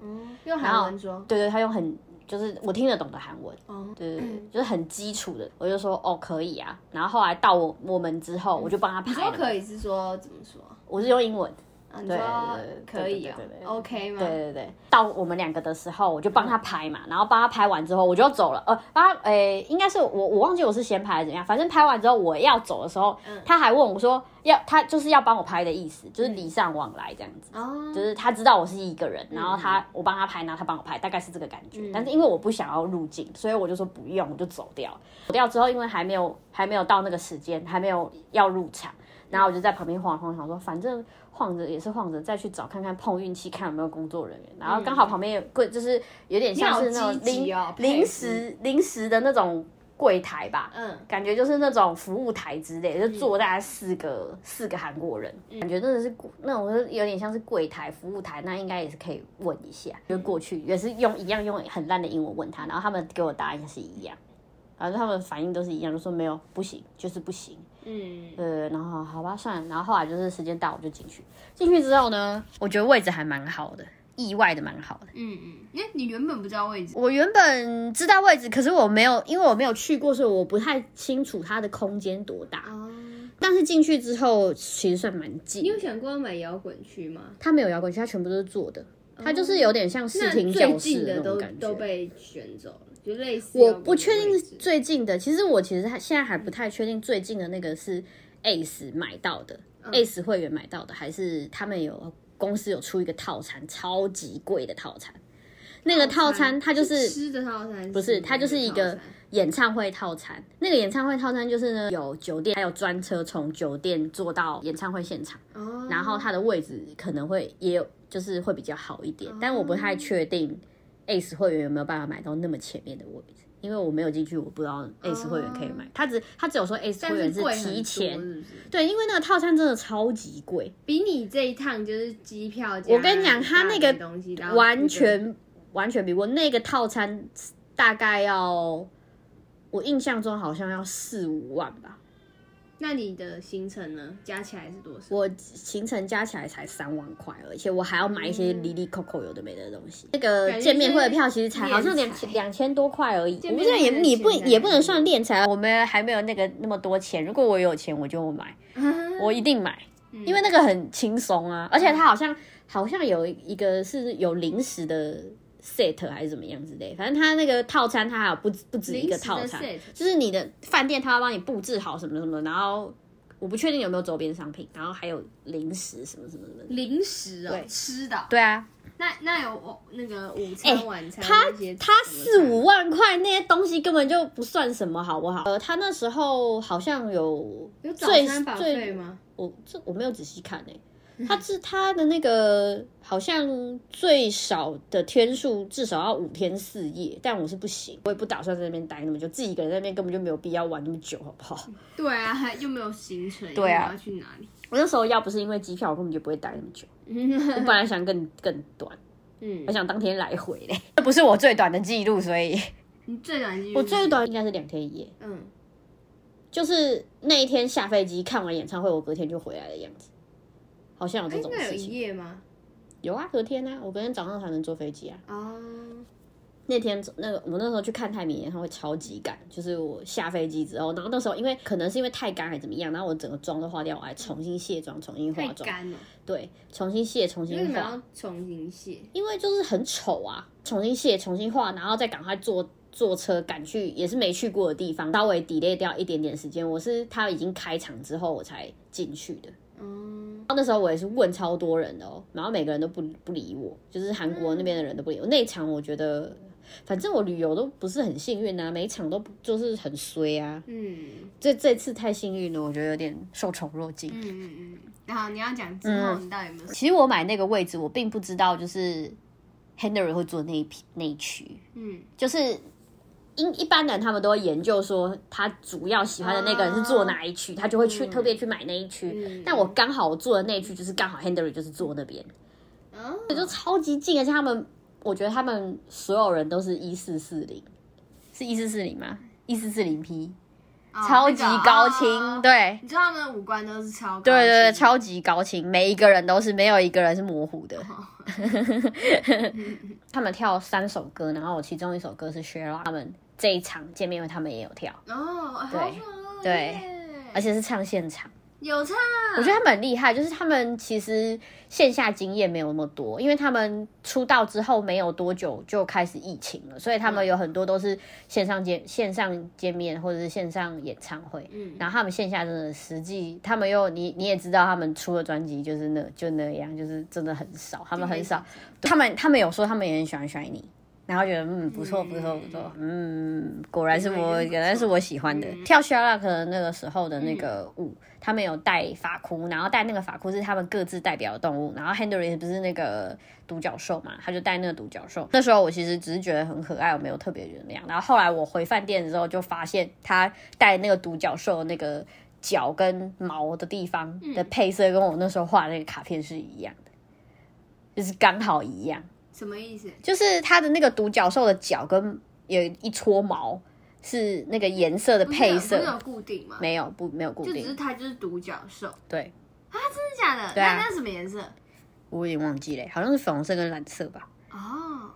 S2: 用韩文说，
S1: 对对，他用很就是我听得懂的韩文，
S2: 哦，
S1: 对对对，就是很基础的。我就说：“哦，可以啊。”然后后来到我我们之后，我就帮他
S2: 嗯你
S1: 拍
S2: 说
S1: 了。
S2: 可以是说怎么说？
S1: 我是用英文，
S2: 啊，你
S1: 对
S2: 说
S1: 对对对
S2: 可以啊
S1: 对对对
S2: ，OK 吗？
S1: 对对对，到我们两个的时候，我就帮他拍嘛，然后帮他拍完之后，我就走了。呃，帮他，诶、应该是我我忘记我是先拍还是怎样，反正拍完之后我要走的时候，
S2: 嗯
S1: 他还问我说要他就是要帮我拍的意思，就是礼尚往来这样子。
S2: 哦，
S1: 就是他知道我是一个人，然后他我帮他拍，然后他帮我拍，大概是这个感觉。但是因为我不想要入境，所以我就说不用，我就走掉。走掉之后，因为还没有还没有到那个时间，还没有要入场，然后我就在旁边晃晃，想说反正晃着也是晃着，再去找看看碰运气，看有没有工作人员。然后刚好旁边有柜，就是有点像是那
S2: 你
S1: 种
S2: 好积极
S1: 临、
S2: 哦佩服
S1: 临时临时的那种柜台吧，
S2: 嗯，
S1: 感觉就是那种服务台之类的，就坐大概四个、四个韩国人，
S2: 嗯
S1: 感觉真的是那种就是有点像是柜台、服务台，那应该也是可以问一下。就过去也是用一样用很烂的英文问他，然后他们给我答案也是一样，反正他们反应都是一样，就说没有不行，就是不行。
S2: 嗯，
S1: 呃，然后好吧，算了，然后后来就是时间到我就进去，进去之后呢，我觉得位置还蛮好的，意外的蛮好的。
S2: 嗯嗯，因为你原本不知道位置，
S1: 我原本知道位置，可是我没有，因为我没有去过，所以我不太清楚它的空间多大。
S2: 哦，
S1: 但是进去之后，其实算蛮
S2: 你
S1: 近
S2: 有。想过要买摇滚区吗？
S1: 它没有摇滚区，它全部都是坐的，它就是有点像视听
S2: 哦最
S1: 教
S2: 近
S1: 室
S2: 的
S1: 那种
S2: 都
S1: 感
S2: 都
S1: 觉。
S2: 被选走了，就类似摇
S1: 我
S2: 滚的
S1: 不确定
S2: 位
S1: 是
S2: 置
S1: 最近的，其实我其实还现在还不太确定最近的那个是 ACE 买到的、a
S2: 嗯
S1: c e 会员买到的，还是他们有公司有出一个套餐，超级贵的套餐。那个套餐它就是
S2: 嗯吃的套餐，不
S1: 不是，它就是一个演唱会套餐。那个演唱会套餐就是呢，有酒店，还有专车从酒店坐到演唱会现场，
S2: 哦，
S1: 然后它的位置可能会也有，就是会比较好一
S2: 哦
S1: 点。但我不太确定 S 会员有没有办法买到那么前面的位置，因为我没有进去，我不知道 S 会员可以买。他只他只有说 S 会员
S2: 哦是贵很多
S1: 提前，
S2: 是不是
S1: 对，因为那个套餐真的超级贵，
S2: 比你这一趟就是机票加，
S1: 我跟你讲他那个
S2: 东西然后
S1: 完
S2: 那个
S1: 全完全比我那个套餐大概要，我印象中好像要四五万吧，
S2: 那你的行程呢？加起来是多少？
S1: 我行程加起来才三万块，而且我还要买一些
S2: 嗯
S1: 哩哩扣扣有的没的东西。那
S2: 感
S1: 个
S2: 觉
S1: 见面会的票其实才
S2: 是
S1: 好像两
S2: 敛财
S1: 两千多块而已，
S2: 见
S1: 我
S2: 面
S1: 不知道
S2: 会啊
S1: 也
S2: 的
S1: 你不
S2: 钱来
S1: 也不能
S2: 源
S1: 算敛财，我们还没有那个那么多钱。如果我有钱，我就买，
S2: 啊
S1: 我一定买，
S2: 嗯
S1: 因为那个很轻松啊，而且它好像好像有一个是有零食的 set 还是怎么样之类，反正它那个套餐它还有不止不止一个套餐
S2: 零食的 set，
S1: 就是你的饭店它要帮你布置好什么什么，然后我不确定有没有周边商品，然后还有零食什么什么什么的。
S2: 零食哦，
S1: 对
S2: 吃的哦。
S1: 对啊，
S2: 那那有我那个午餐、
S1: 哎
S2: 晚餐
S1: 他
S2: 那些
S1: 他
S2: 什么
S1: 四
S2: 餐
S1: 五万块那些东西根本就不算什么，好不好？呃，他那时候好像有
S2: 有早
S1: 最
S2: 餐把费
S1: 最
S2: 吗？
S1: 我这我没有仔细看诶、他 是他的那个好像最少的天数至少要五天四夜，但我是不行，我也不打算在那边待那么久，自己一个人在那边根本就没有必要玩那么久，好不好？
S2: 对啊，还又没有行程，
S1: 对啊
S2: 又没有要去哪里？
S1: 我那时候要不是因为机票，我根本就不会待那么久。我 本来想更更短，
S2: 嗯
S1: 我，想当天来回嘞，这不是我最短的记录，所以
S2: 你最短就 是
S1: 我最短应该是两天一夜，
S2: 嗯，
S1: 就是那一天下飞机看完演唱会，我隔天就回来的样子，好像有
S2: 哎
S1: 这种
S2: 那有
S1: 事
S2: 一
S1: 情。
S2: 夜吗？
S1: 有啊，隔天啊，我隔天早上才能坐飞机啊。
S2: 哦，
S1: 那天那个我那时候去看泰米演唱会超级赶，就是我下飞机之后，然后那时候因为可能是因为太干还怎么样，然后我整个妆都化掉，我还重新卸妆、重新化
S2: 太
S1: 妆，
S2: 干了，
S1: 对，重新卸、重
S2: 为什
S1: 新
S2: 么
S1: 化
S2: 要，重新卸？
S1: 因为就是很丑啊，重新卸、重新化，然后再赶快坐坐车赶去也是没去过的地方，稍微 delay 掉一点点时间。我是他已经开场之后我才进去的，
S2: 嗯，
S1: 然后那时候我也是问超多人的哦，然后每个人都不不理我，就是韩国那边的人都不理我。那一场我觉得，反正我旅游都不是很幸运啊，每一场都不就是很衰啊。
S2: 嗯
S1: 这这次太幸运了，我觉得有点受宠若惊。
S2: 嗯嗯嗯嗯，好，你要讲之后你到底有没有？
S1: 其实我买那个位置，我并不知道就是 Henry 会坐那一批那一区，
S2: 嗯，
S1: 就是。因一般人他们都会研究说他主要喜欢的那个人是坐哪一区，他就会去、特别去买那一区。
S2: 嗯
S1: 但我刚好我坐的那一区就是刚好 Henry 就是坐那边，
S2: 哦，
S1: 就超级近，而且他们，我觉得他们所有人都是一四四零，是一四四零吗？一四四零 P，啊
S2: 哦
S1: 超级高清，
S2: 那个哦
S1: 对。
S2: 你知道他们的五官都是超高清，哦
S1: 对对对，超级高清，每一个人都是没有一个人是模糊的。哦 他们跳三首歌，然后我其中一首歌是 Shira，他们这一场见面会他们也有跳，
S2: 哦，好
S1: 对
S2: 爽哦
S1: 对
S2: 耶
S1: 而且是唱现场。
S2: 有差，
S1: 我觉得他们很厉害，就是他们其实线下经验没有那么多，因为他们出道之后没有多久就开始疫情了，所以他们嗯有很多都是线上见线上见面或者是线上演唱会。
S2: 嗯
S1: 然后他们线下真的实际，他们又你你也知道，他们出的专辑就是那就那样，就是真的很少，他们很少，他们他们有说他们也很喜欢 Shiny，然后觉得嗯不错不错不错，嗯果然是
S2: 果
S1: 我
S2: 然是不错
S1: 原来是我喜欢的。跳 s h a r a 可能那个时候的那个舞，他们有带发箍，然后带那个发箍是他们各自代表的动物，然后 Henry 不是那个独角兽嘛，他就带那个独角兽。那时候我其实只是觉得很可爱，我没有特别觉得怎么样。然后后来我回饭店的时候就发现他带那个独角兽的那个脚跟毛的地方的配色跟我那时候画的那个卡片是一样的，就是刚好一样。
S2: 什么意思？
S1: 就是它的那个独角兽的脚跟有一撮毛是那个颜色的
S2: 不是
S1: 配
S2: 有不是
S1: 色
S2: 有，固定吗？
S1: 没有不没有固
S2: 就只是
S1: 定，
S2: 它就是独角兽，真
S1: 对
S2: 的假的？
S1: 对啊
S2: 那那什么颜色？
S1: 我有点忘记了，好像是粉红色跟蓝色吧，
S2: 哦，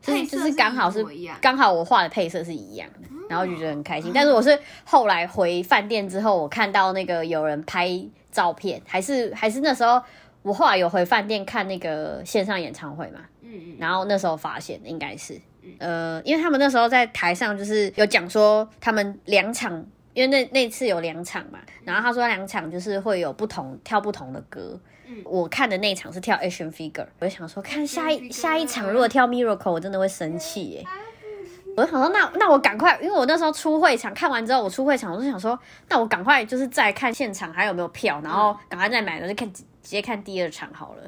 S1: 就是
S2: 配色
S1: 就是刚好
S2: 一
S1: 是
S2: 模一样。哦
S1: 刚好我画的配色是一样的，然后就觉得很开心。但是我是后来回饭店之后，我看到那个有人拍照片，还是还是那时候。我后来有回饭店看那个线上演唱会嘛，
S2: 嗯嗯，
S1: 然后那时候发现的应该是，呃，因为他们那时候在台上就是有讲说他们两场，因为那那次有两场嘛，
S2: 嗯
S1: 然后他说两场就是会有不同跳不同的歌。
S2: 嗯
S1: 我看的那场是跳 Action Figure，我就想说，看下一
S2: Figure 啊哎
S1: 下一场如果跳 Miracle，我真的会生气耶、我就想说，那那我赶快，因为我那时候出会场看完之后，我出会场，我就想说，那我赶
S2: 嗯
S1: 快就是再看现场还有没有票，然后赶快再买，我就看直接看第二场好了。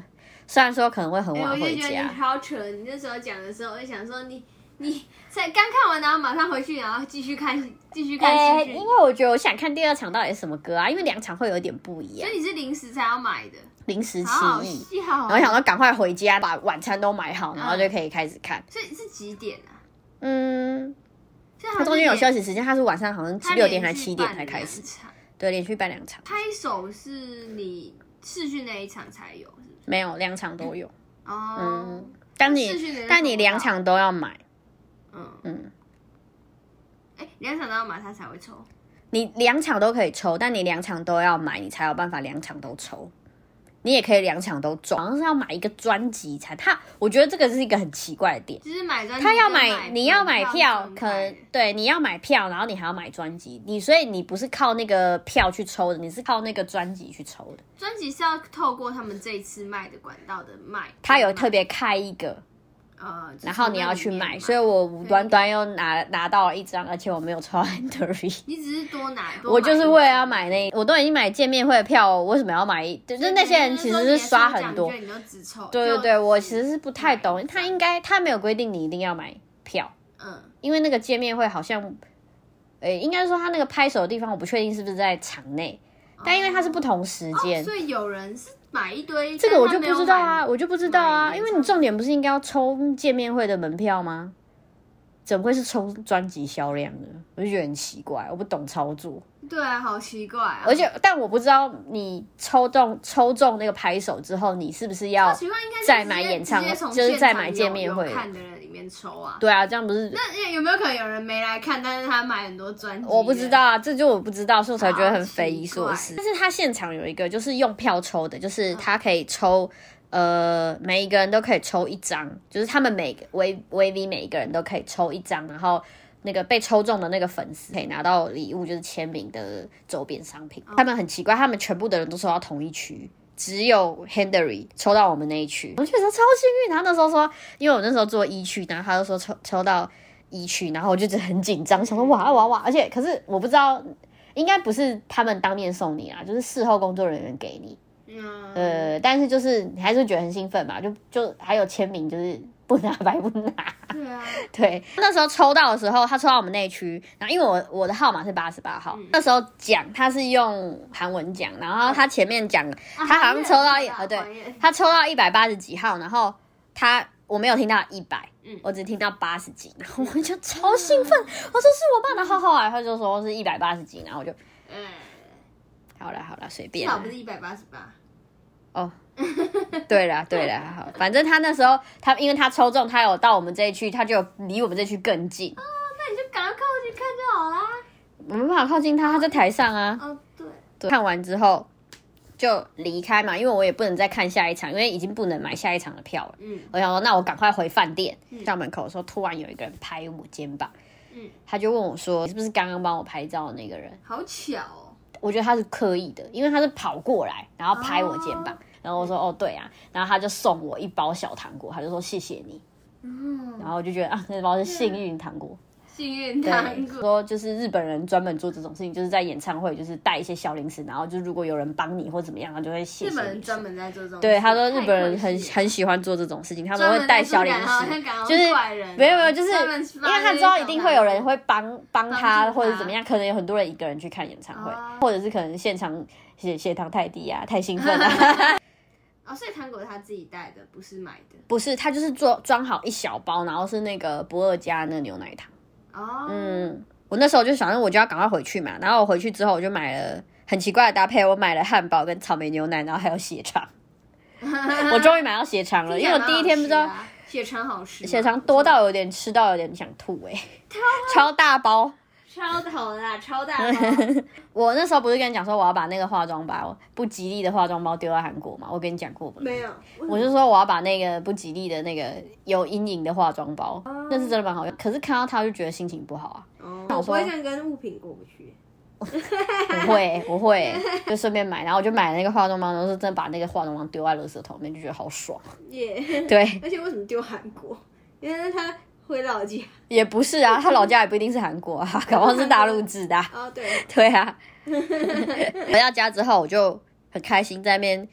S1: 虽然说可能会很晚
S2: 哎我就
S1: 回
S2: 觉得
S1: 家，
S2: 你好扯，你那时候讲的时候，我就想说你你才刚看完，然后马上回去，然后继续看继续看
S1: 哎、
S2: 戏剧，
S1: 因为我觉得我想看第二场到底是什么歌啊，因为两场会有点不一
S2: 所
S1: 样，
S2: 以你是临时才要买的，
S1: 临时起
S2: 好好
S1: 意。
S2: 笑
S1: 然
S2: 哦。
S1: 后想说赶快回家，把晚餐都买好，然后就可以开始看。
S2: 所以是几点啊？
S1: 嗯，
S2: 所以
S1: 它中间有休
S2: 息，
S1: 息时间，它是晚上好像
S2: 他
S1: 六
S2: 连
S1: 点还
S2: 续
S1: 七点
S2: 办
S1: 才开始
S2: 两，场
S1: 对，连续办两场，
S2: 拍手是你试训那一场才有，是不是？
S1: 没有两场都有。
S2: 哦
S1: 嗯，，但
S2: 视讯的
S1: 你
S2: 人
S1: 但
S2: 怎
S1: 你
S2: 么
S1: 两
S2: 搞
S1: 场都要买，
S2: 嗯，
S1: 嗯，
S2: 哎，两场都要买，他才会抽。
S1: 你两场都可以抽，但你两场都要买，你才有办法两场都抽。你也可以两场都中，好像是要买一个专辑才。他我觉得这个是一个很奇怪的点。
S2: 就是啊买专辑
S1: 他要
S2: 跟
S1: 买，你要买票，
S2: 跟
S1: 可能
S2: 买
S1: 对你要买票，然后你还要买专辑，你所以你不是靠那个票去抽的，你是靠那个专辑去抽的。
S2: 专辑是要透过他们这一次卖的管道的卖，
S1: 他有特别开一个，
S2: 呃，就是
S1: 然后你要去
S2: 那里面
S1: 买，所以我无端端又拿拿到了一张，而且我没有抽到 Entry。
S2: 你只是多拿，多
S1: 我就是为了要
S2: 买
S1: 买那，我都已经买见面会的票，我为什么要买一？就是那些人其实是刷很多
S2: 对，你都只抽，
S1: 对对
S2: 就
S1: 对，我
S2: 只
S1: 其实是不太
S2: 买
S1: 懂
S2: 一，
S1: 他
S2: 张
S1: 应该他没有规定你一定要买票，
S2: 嗯，
S1: 因为那个见面会好像，诶、应该说他那个拍手的地方，我不确定是不是在场内，但因为它是不同时间，
S2: 哦所以有人是买一堆，
S1: 这个我
S2: 但
S1: 就
S2: 他
S1: 不
S2: 没有
S1: 知道
S2: 买
S1: 啊，我就不知道啊，
S2: 买
S1: 因为你重点不是应该要抽见面会的门票吗？怎么会是抽专辑销量呢？我就觉得很奇怪，我不懂操作，
S2: 对啊，好奇怪啊，
S1: 而且但我不知道你抽中抽中那个拍手之后，你是不是要
S2: 好奇怪，应该是
S1: 再
S2: 直
S1: 买
S2: 接
S1: 演
S2: 直
S1: 唱
S2: 接
S1: 会
S2: 从
S1: 就是
S2: 现
S1: 再
S2: 场
S1: 买
S2: 有
S1: 见面
S2: 有
S1: 会
S2: 看的人里面抽啊。
S1: 对啊，这样不是
S2: 那有没有可能有人没来看，但是他买很多专辑？
S1: 我不知道，啊，这就我不知道，所以我才觉得很
S2: 好
S1: 匪夷所思
S2: 啊奇。怪
S1: 但是他现场有一个，就是用票抽的，就是他可以抽，呃，每一个人都可以抽一张，就是他们每个 V V V 每一个人都可以抽一张，然后那个被抽中的那个粉丝可以拿到礼物，就是签名的周边商品。
S2: 哦
S1: 他们很奇怪，他们全部的人都抽到同一区。只有 Henry 抽到我们那一区，我觉得超幸运。他那时候说，因为我那时候做一区，然后他就说抽抽到一区，然后我就觉得很紧张，想说哇哇哇！而且可是我不知道，应该不是他们当面送你啦，就是事后工作人员给你。
S2: 嗯，
S1: 呃，但是就是你还是觉得很兴奋嘛，就就还有签名，就是不拿白不拿。
S2: 对啊，
S1: 对，那时候抽到的时候，他抽到我们那一区，然后因为我我的号码是八十八号，那时候讲他是用韩文讲，然后他前面讲
S2: 他
S1: 好像抽到一呃对他抽到一百八十几号，然后他我没有听到一百、
S2: 嗯
S1: 我只听到八十几，然后我就超兴奋，我说是我爸的，浩浩啊，他就说是一百八十几，然后我就
S2: 嗯，
S1: 好了好了，随
S2: 至
S1: 便
S2: 少
S1: 啦
S2: 不。是一百八十八。
S1: 哦，对啦对啦，好，反正他那时候他因为他抽中，他有到我们这一区，他就有离我们这区更近，
S2: 那你就赶快靠过去看就好啦。
S1: 我没办法靠近他，他在台上啊。
S2: 哦，对，
S1: 对看完之后就离开嘛，因为我也不能再看下一场，因为已经不能买下一场的票了。
S2: 嗯，
S1: 我想说，那我赶快回饭店。到门口的时候，突然有一个人拍我肩膀，
S2: 嗯
S1: 他就问我说：“你是不是刚刚帮我拍照的那个人
S2: 好巧哦。？”
S1: 我觉得他是刻意的，因为他是跑过来，然后拍我肩膀。
S2: 哦
S1: 然后我说：“哦，对啊。”然后他就送我一包小糖果，他就说：“谢谢你。”
S2: 嗯，
S1: 然后我就觉得啊，那包是幸运糖果。
S2: 幸运
S1: 对
S2: 糖，果。
S1: 说就是日本人专门做这种事情，就是在演唱会就是带一些小零食，然后就如果有人帮你或怎么样，他就会谢谢
S2: 日
S1: 你。
S2: 本人专门在做这种事，
S1: 对，他说日本人
S2: 太
S1: 很
S2: 客气了
S1: 很喜欢做这种事情，他们
S2: 专门
S1: 会带小零
S2: 在做感觉好像
S1: 食
S2: 感，觉
S1: 就是
S2: 怪人啊
S1: 没有没有，就是
S2: 专门
S1: 因为他
S2: 发
S1: 知道
S2: 那
S1: 一定
S2: 种
S1: 会有人
S2: 感
S1: 会帮帮他
S2: 帮助他
S1: 或者怎么样，可能有很多人一个人去看演唱会
S2: 哦，
S1: 或者是可能现场血血糖太低啊，太兴奋了。
S2: 哦，所以糖果是他自己带的，不是买的。
S1: 不是，他就是做装好一小包，然后是那个不二家那牛奶糖。
S2: 哦，
S1: 嗯，我那时候就想，我就要赶快回去嘛。然后我回去之后，我就买了很奇怪的搭配，我买了汉堡跟草莓牛奶，然后还有血肠。我终于买到血肠了，因为我第一天不知道
S2: 血肠好吃啊，
S1: 血肠多到有点吃到有点想吐哎、超大包。
S2: 超讨的啦，超 大包。
S1: 我那时候不是跟你讲说我要把那个化妆包不吉利的化妆包丢到韩国嘛？我跟你讲过吗？
S2: 没。有，
S1: 我就说我要把那个不吉利的那个有阴影的化妆包，那是真的蛮好用。可是看到它就觉得心情不好啊。
S2: 哦
S1: 我
S3: 我
S1: 说
S3: 不会这样跟物品过不去。
S1: 我会，我会，就顺便买，然后我就买了那个化妆包，然后就真的把那个化妆包丢在垃圾桶里面，就觉得好爽。
S3: 耶、
S1: 对，
S3: 而且为什么丢韩国？因为他回老家。
S1: 也不是啊，他老家也不一定是韩国啊，搞不好是大陆制的啊、
S3: 哦， 对，
S1: 对啊，回到家之后我就很开心，在那边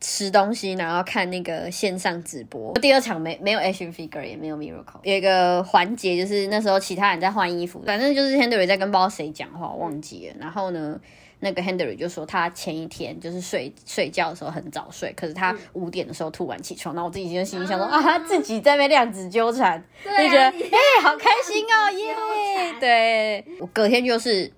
S1: 吃东西，然后看那个线上直播。第二场没没有 Action Figure，也没有 Miracle。有一个环节就是那时候其他人在换衣服，反正就是 Henry 在跟不知道谁讲话，我忘记了。然后呢，那个 Henry 就说他前一天就是睡睡觉的时候很早睡，可是他五点的时候突然起床。然后我自己就心里想说啊，他自己在那边量子纠缠，
S2: 啊
S1: 就觉得哎、好开心 哦，耶！对我隔天就是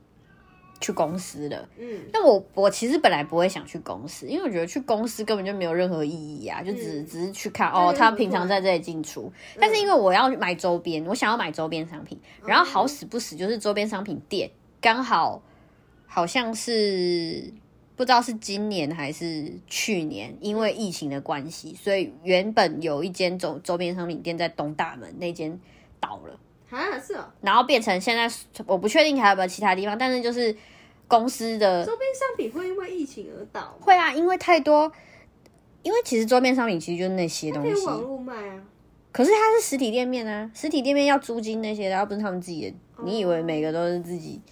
S1: 去公司了。
S2: 嗯，
S1: 但我我其实本来不会想去公司，因为我觉得去公司根本就没有任何意义啊，就只、只是去看哦，
S2: 嗯对嗯
S1: 他平常在这里进出。但是因为我要买周边，我想要买周边商品，然后
S2: 嗯
S1: 好死不死就是周边商品店刚好好像是不知道是今年还是去年，因为疫情的关系，所以原本有一间周周边商品店在东大门那间倒了。
S2: 啊，是哦，
S1: 然后变成现在，我不确定还有没有其他地方，但是就是公司的
S2: 周边商品会因为疫情而倒吗，
S1: 会啊，因为太多，因为其实桌面商品其实就是那些东
S2: 可以
S1: 西，
S2: 网络卖啊。
S1: 可是它是实体店面啊，实体店面要租金那些的，又不是他们自己的。你以为每个都是自己？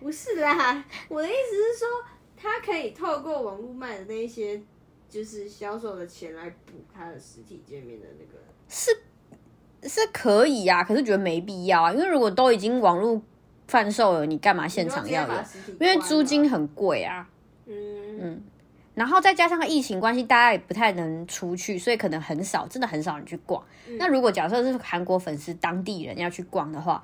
S2: 不是啦，我的意思是说，他可以透过网络卖的那一些，就是销售的钱来补他的实体见面的那个。
S1: 是可以啊，可是觉得没必要啊，因为如果都已经网络贩售了，你干嘛现场要有？因
S2: 因
S1: 为租金，很贵啊，
S2: 嗯嗯，
S1: 然后再加上疫情关系，大家也不太能出去，所以可能很少，真的很少人去逛。那如果假设是韩国粉丝当地人要去逛的话，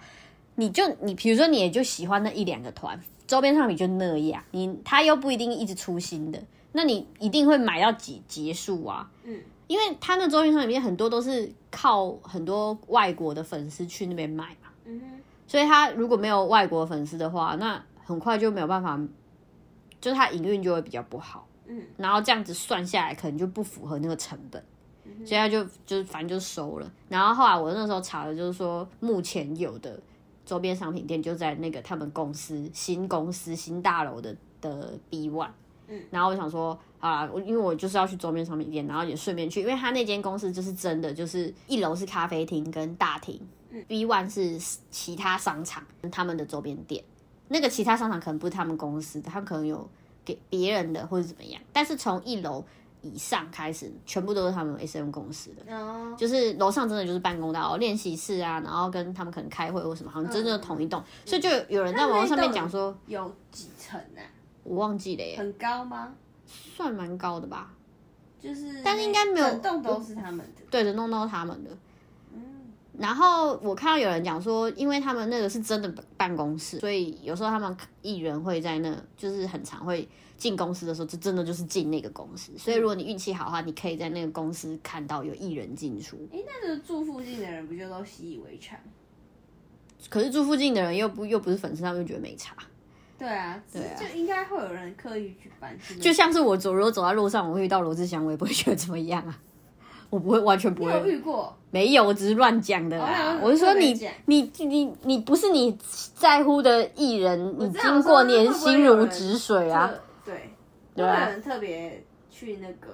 S1: 你就你比如说你也就喜欢那一两个团，周边商品就那样，你他又不一定一直出新的，那你一定会买到几结束啊。
S2: 嗯，
S1: 因为他那周边商品店很多都是靠很多外国的粉丝去那边买嘛，
S2: 嗯哼，
S1: 所以他如果没有外国粉丝的话，那很快就没有办法，就是他营运就会比较不好。
S2: 嗯，
S1: 然后这样子算下来，可能就不符合那个成本，所以他就就是反正就收了。然后后来我那时候查的就是说，目前有的周边商品店就在那个他们公司新公司新大楼的的 B one。嗯，然后我想说啊，我因为我就是要去周边商品店，然后也顺便去，因为他那间公司就是真的，就是一楼是咖啡厅跟大厅，B One 是其他商场他们的周边店，那个其他商场可能不是他们公司的，他们可能有给别人的或者怎么样。但是从一楼以上开始，全部都是他们 S M 公司的，
S2: 哦，
S1: 就是楼上真的就是办公大楼、练习室啊，然后跟他们可能开会或什么，好像真正的同一栋。所以就有人在网络上面讲说，
S2: 有几层啊？
S1: 我忘记了耶，
S2: 很高吗？
S1: 算蛮高的吧？
S2: 就是，
S1: 但是应该没有
S2: 整栋都是他们的。嗯
S1: 对着弄到他们的。然后我看到有人讲说，因为他们那个是真的办公室，所以有时候他们艺人会在那，就是很常会进公司的时候，就真的就是进那个公司。所以如果你运气好的话，你可以在那个公司看到有艺人进出。
S2: 哎，那个住附近的人不就都习以为常？
S1: 可是住附近的人又不又不是粉丝，他们就觉得没差。
S2: 对啊，对
S1: 啊
S2: 就应该会有人刻意去搬。
S1: 就
S2: 就
S1: 像是我走，如果走在路上，我会遇到罗志祥，我也不会觉得怎么样啊，我不会完全不会。
S2: 有遇过，
S1: 没有，我只是乱讲的啦。
S2: 哦
S1: 我是说你
S2: 特别讲
S1: 你你你不是你在乎的艺人，你
S2: 知道
S1: 经过
S2: 我说
S1: 你也
S2: 会不会
S1: 心
S2: 有
S1: 如
S2: 人
S1: 止水啊。
S2: 特对，
S1: 对
S2: 会有
S1: 啊，
S2: 人特别去那个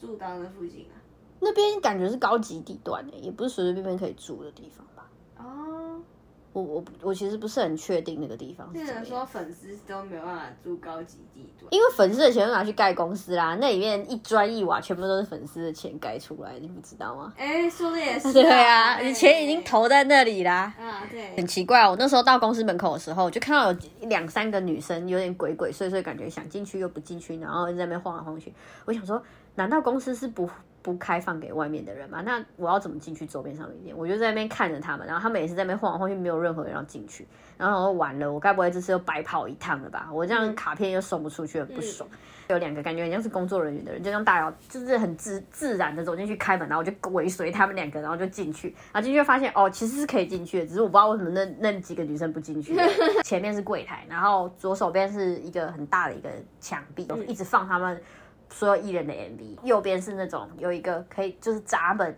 S2: 住到那附近啊。
S1: 那边感觉是高级地段的、也不是随随便便可以住的地方吧。
S2: 哦，
S1: 我我我其实不是很确定那个地方是
S2: 那
S1: 怎
S2: 人
S1: 么
S2: 说
S1: 样，
S2: 粉丝都没有办法住高级地段，
S1: 因为粉丝的钱都拿去盖公司啦，那里面一砖一瓦全部都是粉丝的钱盖出来，你不知道吗？
S2: 哎、说的也是、
S1: 对啊，
S2: 哎
S1: 你钱已经投在那里啦。
S2: 啊，对，
S1: 很奇怪、哦，我那时候到公司门口的时候，我就看到有两三个女生有点鬼鬼祟祟，感觉想进去又不进去，然后在那边晃来晃去。我想说，难道公司是不不开放给外面的人吗？那我要怎么进去周边商品店？我就在那边看着他们，然后他们也是在那边晃来晃去，没有任何人要进去。然后我完了，我该不会这次又白跑一趟了吧？我这样卡片又送不出去，很不爽。有两个感觉很像是工作人员的人，就像大姚，就是很自自然的走进去开门，然后我就尾随他们两个，然后就进去，然后进去就发现哦，其实是可以进去的，只是我不知道为什么那那几个女生不进去。前面是柜台，然后左手边是一个很大的一个墙壁，一直放他们所有艺人的 MV，右边是那种有一个可以就是闸门。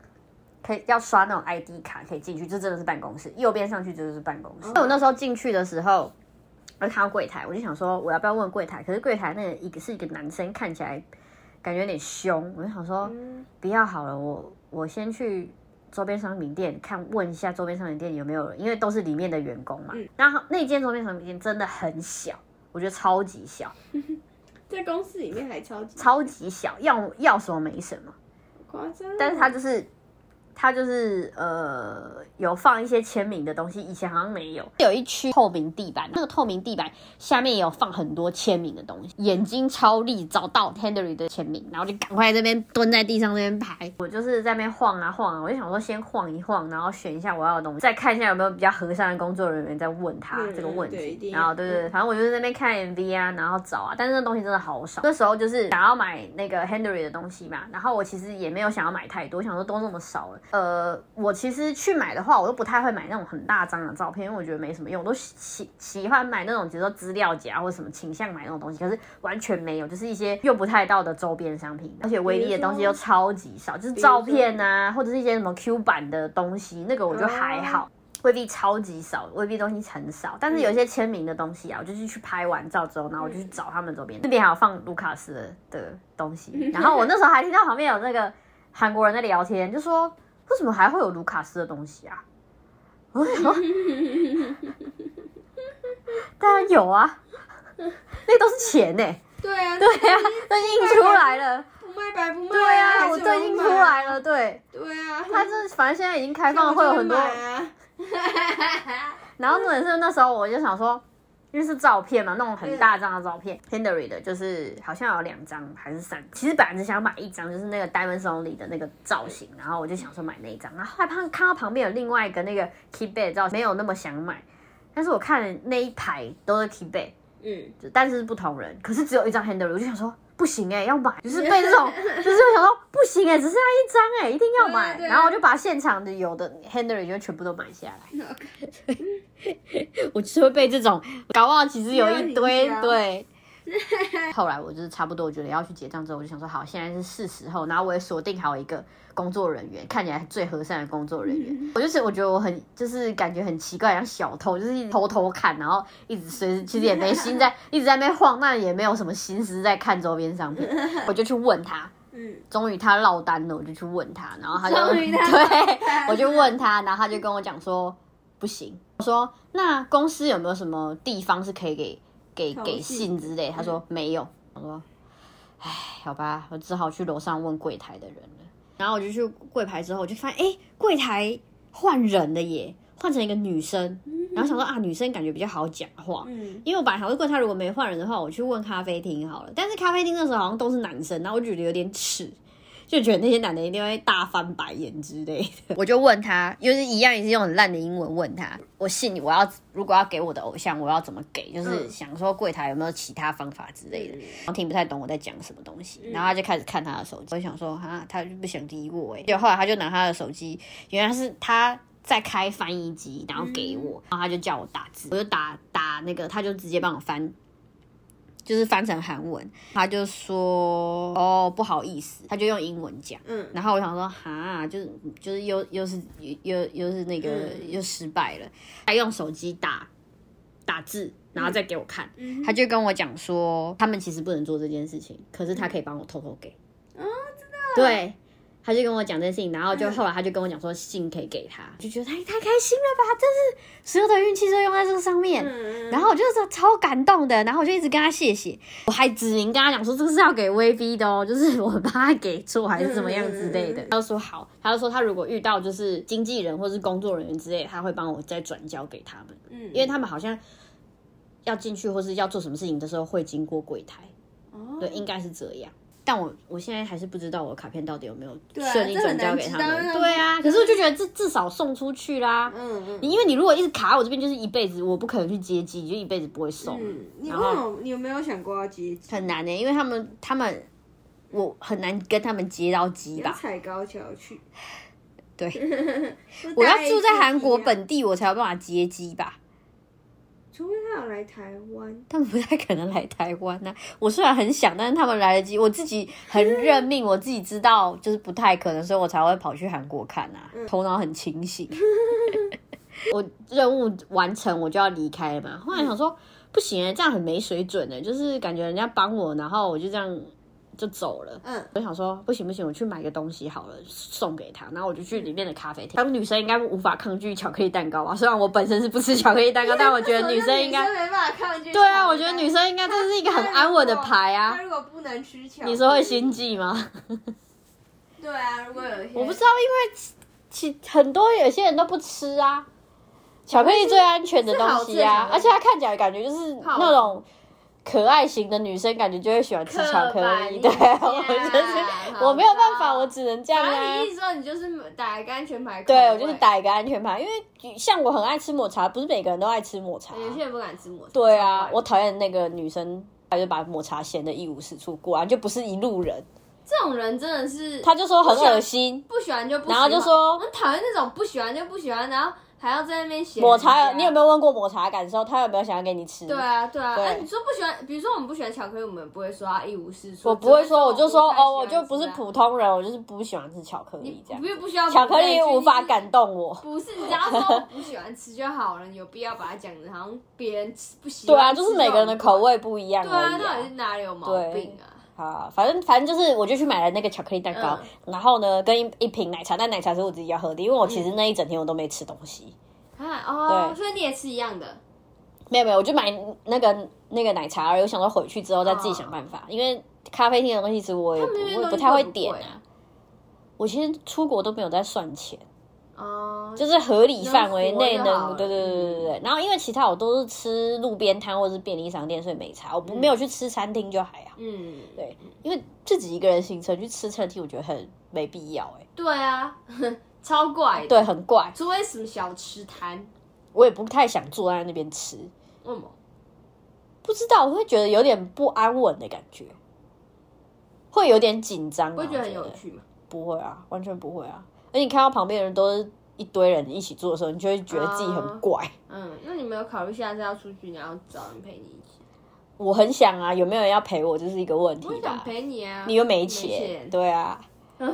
S1: 可以要刷那种 ID 卡可以进去，这真的是办公室。右边上去就是办公室。我那时候进去的时候，我就看到柜台，我就想说我要不要问柜台？可是柜台那个一个是一个男生，看起来感觉有点凶，我就想说、不要好了，我我先去周边商品店看问一下周边商品店有没有人，因为都是里面的员工嘛。然后那间周边商品店真的很小，我觉得超级小。
S2: 在公司里面还超级
S1: 超级小，要要什么没什么。
S2: 夸张，
S1: 但是他就是他就是呃有放一些签名的东西，以前好像没有。有一区透明地板，那个透明地板下面也有放很多签名的东西，眼睛超力找到 Henry 的签名，然后就赶快这边蹲在地上那边排。我就是在那边晃啊晃啊，我就想说先晃一晃，然后选一下我要的东西，再看一下有没有比较和善的工作人员在问他
S2: 嗯
S1: 这个问
S2: 对一
S1: 题。
S2: 定
S1: 然后对对对，
S2: 嗯
S1: 反正我就在那边看 MV 啊，然后找啊，但是那东西真的好少。那时候就是想要买那个 Henry 的东西嘛，然后我其实也没有想要买太多，想说都那么少了。呃，我其实去买的话，我都不太会买那种很大张的照片，因为我觉得没什么用。我都喜喜喜欢买那种，比如说资料夹或者什么倾向买那种东西，可是完全没有，就是一些用不太到的周边商品，而且威力的东西又超级少，就是照片啊，或者是一些什么 Q 版的东西，那个我就还好。未必超级少，未必东西很少，但是有一些签名的东西啊，我就是去拍完照之后，然后我就去找他们周边，那边还有放卢卡斯的的东西，然后我那时候还听到旁边有那个韩国人在聊天，就说为什么还会有卢卡斯的东西啊？我就想说，当然有啊，那都是钱呢、
S2: 对啊，
S1: 对啊，都印出来了，
S2: 不卖白不卖，
S1: 对啊，
S2: 还
S1: 我
S2: 是
S1: 都
S2: 有
S1: 印
S2: 人
S1: 出
S2: 买啊，
S1: 来了，对，
S2: 对啊，
S1: 它这反正现在已经开
S2: 那
S1: 放，
S2: 我
S1: 会有
S2: 就
S1: 很多。
S2: 买啊，
S1: 然后重点是那时候我就想说，因为是照片嘛，那种
S2: 嗯
S1: 很大张的照片、h e n d r y 的就是好像有两张还是三，其实本来只想买一张，就是那个 Diamond Only 的那个造型，然后我就想说买那一张，然后后来看看到旁边有另外一个那个 Keybay 的造型，没有那么想买，但是我看那一排都是 Keybay，
S2: 嗯，
S1: 就但是是不同人，可是只有一张 Henry，我就想说不行哎、要买，就是 被这种，就是我想说不行哎、只剩下一张哎、一定要买，
S2: 对啊对啊
S1: 然后我就把现场的有的 Henry 就全部都买下来。我就是会被这种，搞不好其实有一堆
S2: 需要营销
S1: 对。后来我就是差不多，我觉得要去结账之后，我就想说好，现在是是时候，然后我也锁定好一个工作人员，看起来最和善的工作人
S2: 嗯
S1: 员。我就是我觉得我很就是感觉很奇怪，像小偷，就是一直偷偷看，然后一直随时其实也没心 在一直在那边晃，那也没有什么心思在看周边商品。我就去问他，
S2: 嗯，
S1: 终于他落单了，我就去问他，然后他就
S2: 终于他
S1: 对
S2: 落 单，了
S1: 我就问他，然后他就跟我讲说不行，我说那公司有没有什么地方是可以给给
S2: 投
S1: 给
S2: 信
S1: 信之类？他说没有，我说唉，好吧，我只好去楼上问柜台的人了。然后我就去柜台之后，我就发现哎，柜台换人了耶，换成一个女生，然后想说啊，女生感觉比较好讲话，
S2: 嗯，
S1: 因为我本来想说，他如果没换人的话，我去问咖啡厅好了。但是咖啡厅那时候好像都是男生，然后我觉得有点耻，就觉得那些男的一定会大翻白眼之类的。 我就问他，就是一样也是用很烂的英文问他，我信你，我要如果要给我的偶像，我要怎么给？就是
S2: 嗯
S1: 想说柜台有没有其他方法之类的。
S2: 嗯
S1: 然后听不太懂我在讲什么东西，然后他就开始看他的手机。我就想说啊，他就不想理我哎。就后来他就拿他的手机，原来是他在开翻译机，然后给我，然后他就叫我打字，我就打打那个，他就直接帮我翻。就是翻成韩文，他就说哦不好意思，他就用英文讲，
S2: 嗯
S1: 然后我想说哈，就是就是又又是又又又是那个、
S2: 嗯
S1: 又失败了，他用手机打打字，然后再给我看，
S2: 嗯
S1: 他就跟我讲说，他们其实不能做这件事情，可是他可以帮我偷偷给。
S2: 嗯
S1: 对，他就跟我讲这件事情，然后就后来他就跟我讲说信可以给他，就觉得太太开心了吧，真是所有的运气都用在这个上面。
S2: 嗯，
S1: 然后我就是超感动的，然后我就一直跟他谢谢，我还指明跟他讲说这个是要给威逼的哦，就是我帮他给错还是怎么样之类的
S2: 嗯嗯嗯嗯。
S1: 他就说好，他就说他如果遇到就是经纪人或是工作人员之类，他会帮我再转交给他们。
S2: 嗯，
S1: 因为他们好像要进去或是要做什么事情的时候会经过柜台，
S2: 哦
S1: 对，应该是这样。但我我现在还是不知道我卡片到底有没有
S2: 啊
S1: 顺利
S2: 这
S1: 转
S2: 很
S1: 交
S2: 难
S1: 给
S2: 知
S1: 他
S2: 道
S1: 们。
S2: 因为
S1: 对啊，可是我就觉得至至少送出去啦。
S2: 嗯嗯，
S1: 你因为你如果一直卡我这边，就是一辈子我不可能去接机，就一辈子不会送。
S2: 嗯，你
S1: 然
S2: 为
S1: 后
S2: 什么你有没有想过要接机？
S1: 很难呢、欸因为他们他们我很难跟他们接到机
S2: 你要
S1: 吧。
S2: 踩高跷去。
S1: 对，
S2: 我
S1: 我要住
S2: 啊
S1: 在韩国，本地，我才有办法接机吧。
S2: 除非他有来台湾。
S1: 他们不太可能来台湾呐、我虽然很想，但是他们来得及。我自己很认命，我自己知道就是不太可能，所以我才会跑去韩国看啊。头脑很清醒，我任务完成我就要离开了嘛。欸后来想说不行、欸，这样很没水准的、就是感觉人家帮我，然后我就这样就走了。
S2: 嗯，
S1: 我就想说不行不行，我去买个东西好了，送给他。然后我就去里面的咖啡厅，他们女生应该无法抗拒巧克力蛋糕吧？虽然我本身是不吃巧克力蛋糕，但我觉得女生应该。
S2: 没办法抗拒。
S1: 对啊，我觉得女生应该这是一个很安稳的牌啊
S2: 他。如果不能吃巧克力，
S1: 你说会心悸吗？
S2: 对啊，如果有一些
S1: 我不知道，因为其很多有些人都不吃啊。巧克力最安全的东西
S2: 是好
S1: 啊，
S2: 吃的
S1: 而且它看起来感觉就是那种可爱型的女生，感觉就会喜欢吃巧克力。对，我
S2: 啊
S1: 就是我没有办法，我只能这样
S2: 反正
S1: 啊
S2: 你一。直说你就是打一个安全牌，欸
S1: 对，我就是。打一个安全牌，因为像我很爱吃抹茶，不是每个人都爱吃抹茶啊、
S2: 有些人不敢吃抹茶。
S1: 对啊，
S2: 超怪
S1: 我讨厌那个女生，她就把抹茶咸的一无是处，果然就不是一路人。
S2: 这种人真的是，
S1: 她就说很
S2: 不想
S1: 恶心，
S2: 不喜欢就不喜欢，
S1: 然后就说
S2: 我很讨厌那种不喜欢就不喜欢，然后还要在那边写
S1: 抹茶，你有没有问过抹茶的感受？他有没有想要给你吃？
S2: 啊对啊，对啊，
S1: 对
S2: 哎，你说不喜欢，比如说我们不喜欢巧克力，我们不会说他一无是处，
S1: 我不会说，我
S2: 只
S1: 就
S2: 会
S1: 说
S2: 我太喜欢
S1: 哦，我就不是
S2: 吃啊
S1: 普通人，我就是不喜欢吃巧克力
S2: 你
S1: 这样
S2: 不。不需要
S1: 巧克力无法
S2: 动。
S1: 感动我。
S2: 不是，你只要说我不喜欢吃就好了，你有必要把它讲的好像别人吃不喜
S1: 对
S2: 欢。
S1: 啊，就是每个人的口。味不一样
S2: 对
S1: 而
S2: 啊，
S1: 已
S2: 到底
S1: 啊
S2: 是。哪里有毛病啊？
S1: 好啊，反正反正就是，我就去买了那个巧克力蛋糕，
S2: 嗯
S1: 然后呢，跟一一瓶奶茶，但奶茶是我自己要喝的，因为我
S2: 嗯
S1: 其实那一整天我都没吃东西，
S2: 啊哦，
S1: 对
S2: 所以你也吃一样的，
S1: 没有没有，我就买那个那个奶茶而已，我想说回去之后再自己想办法，因为咖啡厅的东西其实我也
S2: 哦他们那边
S1: 不我
S2: 东西
S1: 不太会
S2: 贵不
S1: 点
S2: 贵
S1: 啊，我其实出国都没有在算钱。
S2: 哦，
S1: 就是是合理范围内
S2: 能活就好嗯
S1: 能，
S2: 了
S1: 对对对对对对。然后因为其他我都是吃路边摊或者是便利商店，所以没差，我不没有去吃餐厅就还好。
S2: 嗯，
S1: 对，因为自己一个人行程去吃餐厅，我觉得很没必要哎、
S2: 对啊， 超怪的。
S1: 对，，很怪，
S2: 除非什么小吃摊，
S1: 我也不太想坐在那边吃，
S2: 为什么？
S1: 不知道我会觉得有点不安稳的感觉，会有点紧张、啊，
S2: 不会觉得很
S1: 我
S2: 有趣吗？
S1: 不会啊，完全不会啊。而且你看到旁边的人都是一堆人一起做的时候，你就会觉得自己
S2: 啊
S1: 很怪。
S2: 嗯，那你没有考虑下次要出去，你要找人陪你一起？
S1: 我很想啊，有没有人要陪我，这是一个问题
S2: 我也
S1: 吧。
S2: 想陪你啊，
S1: 你又没钱，对啊，好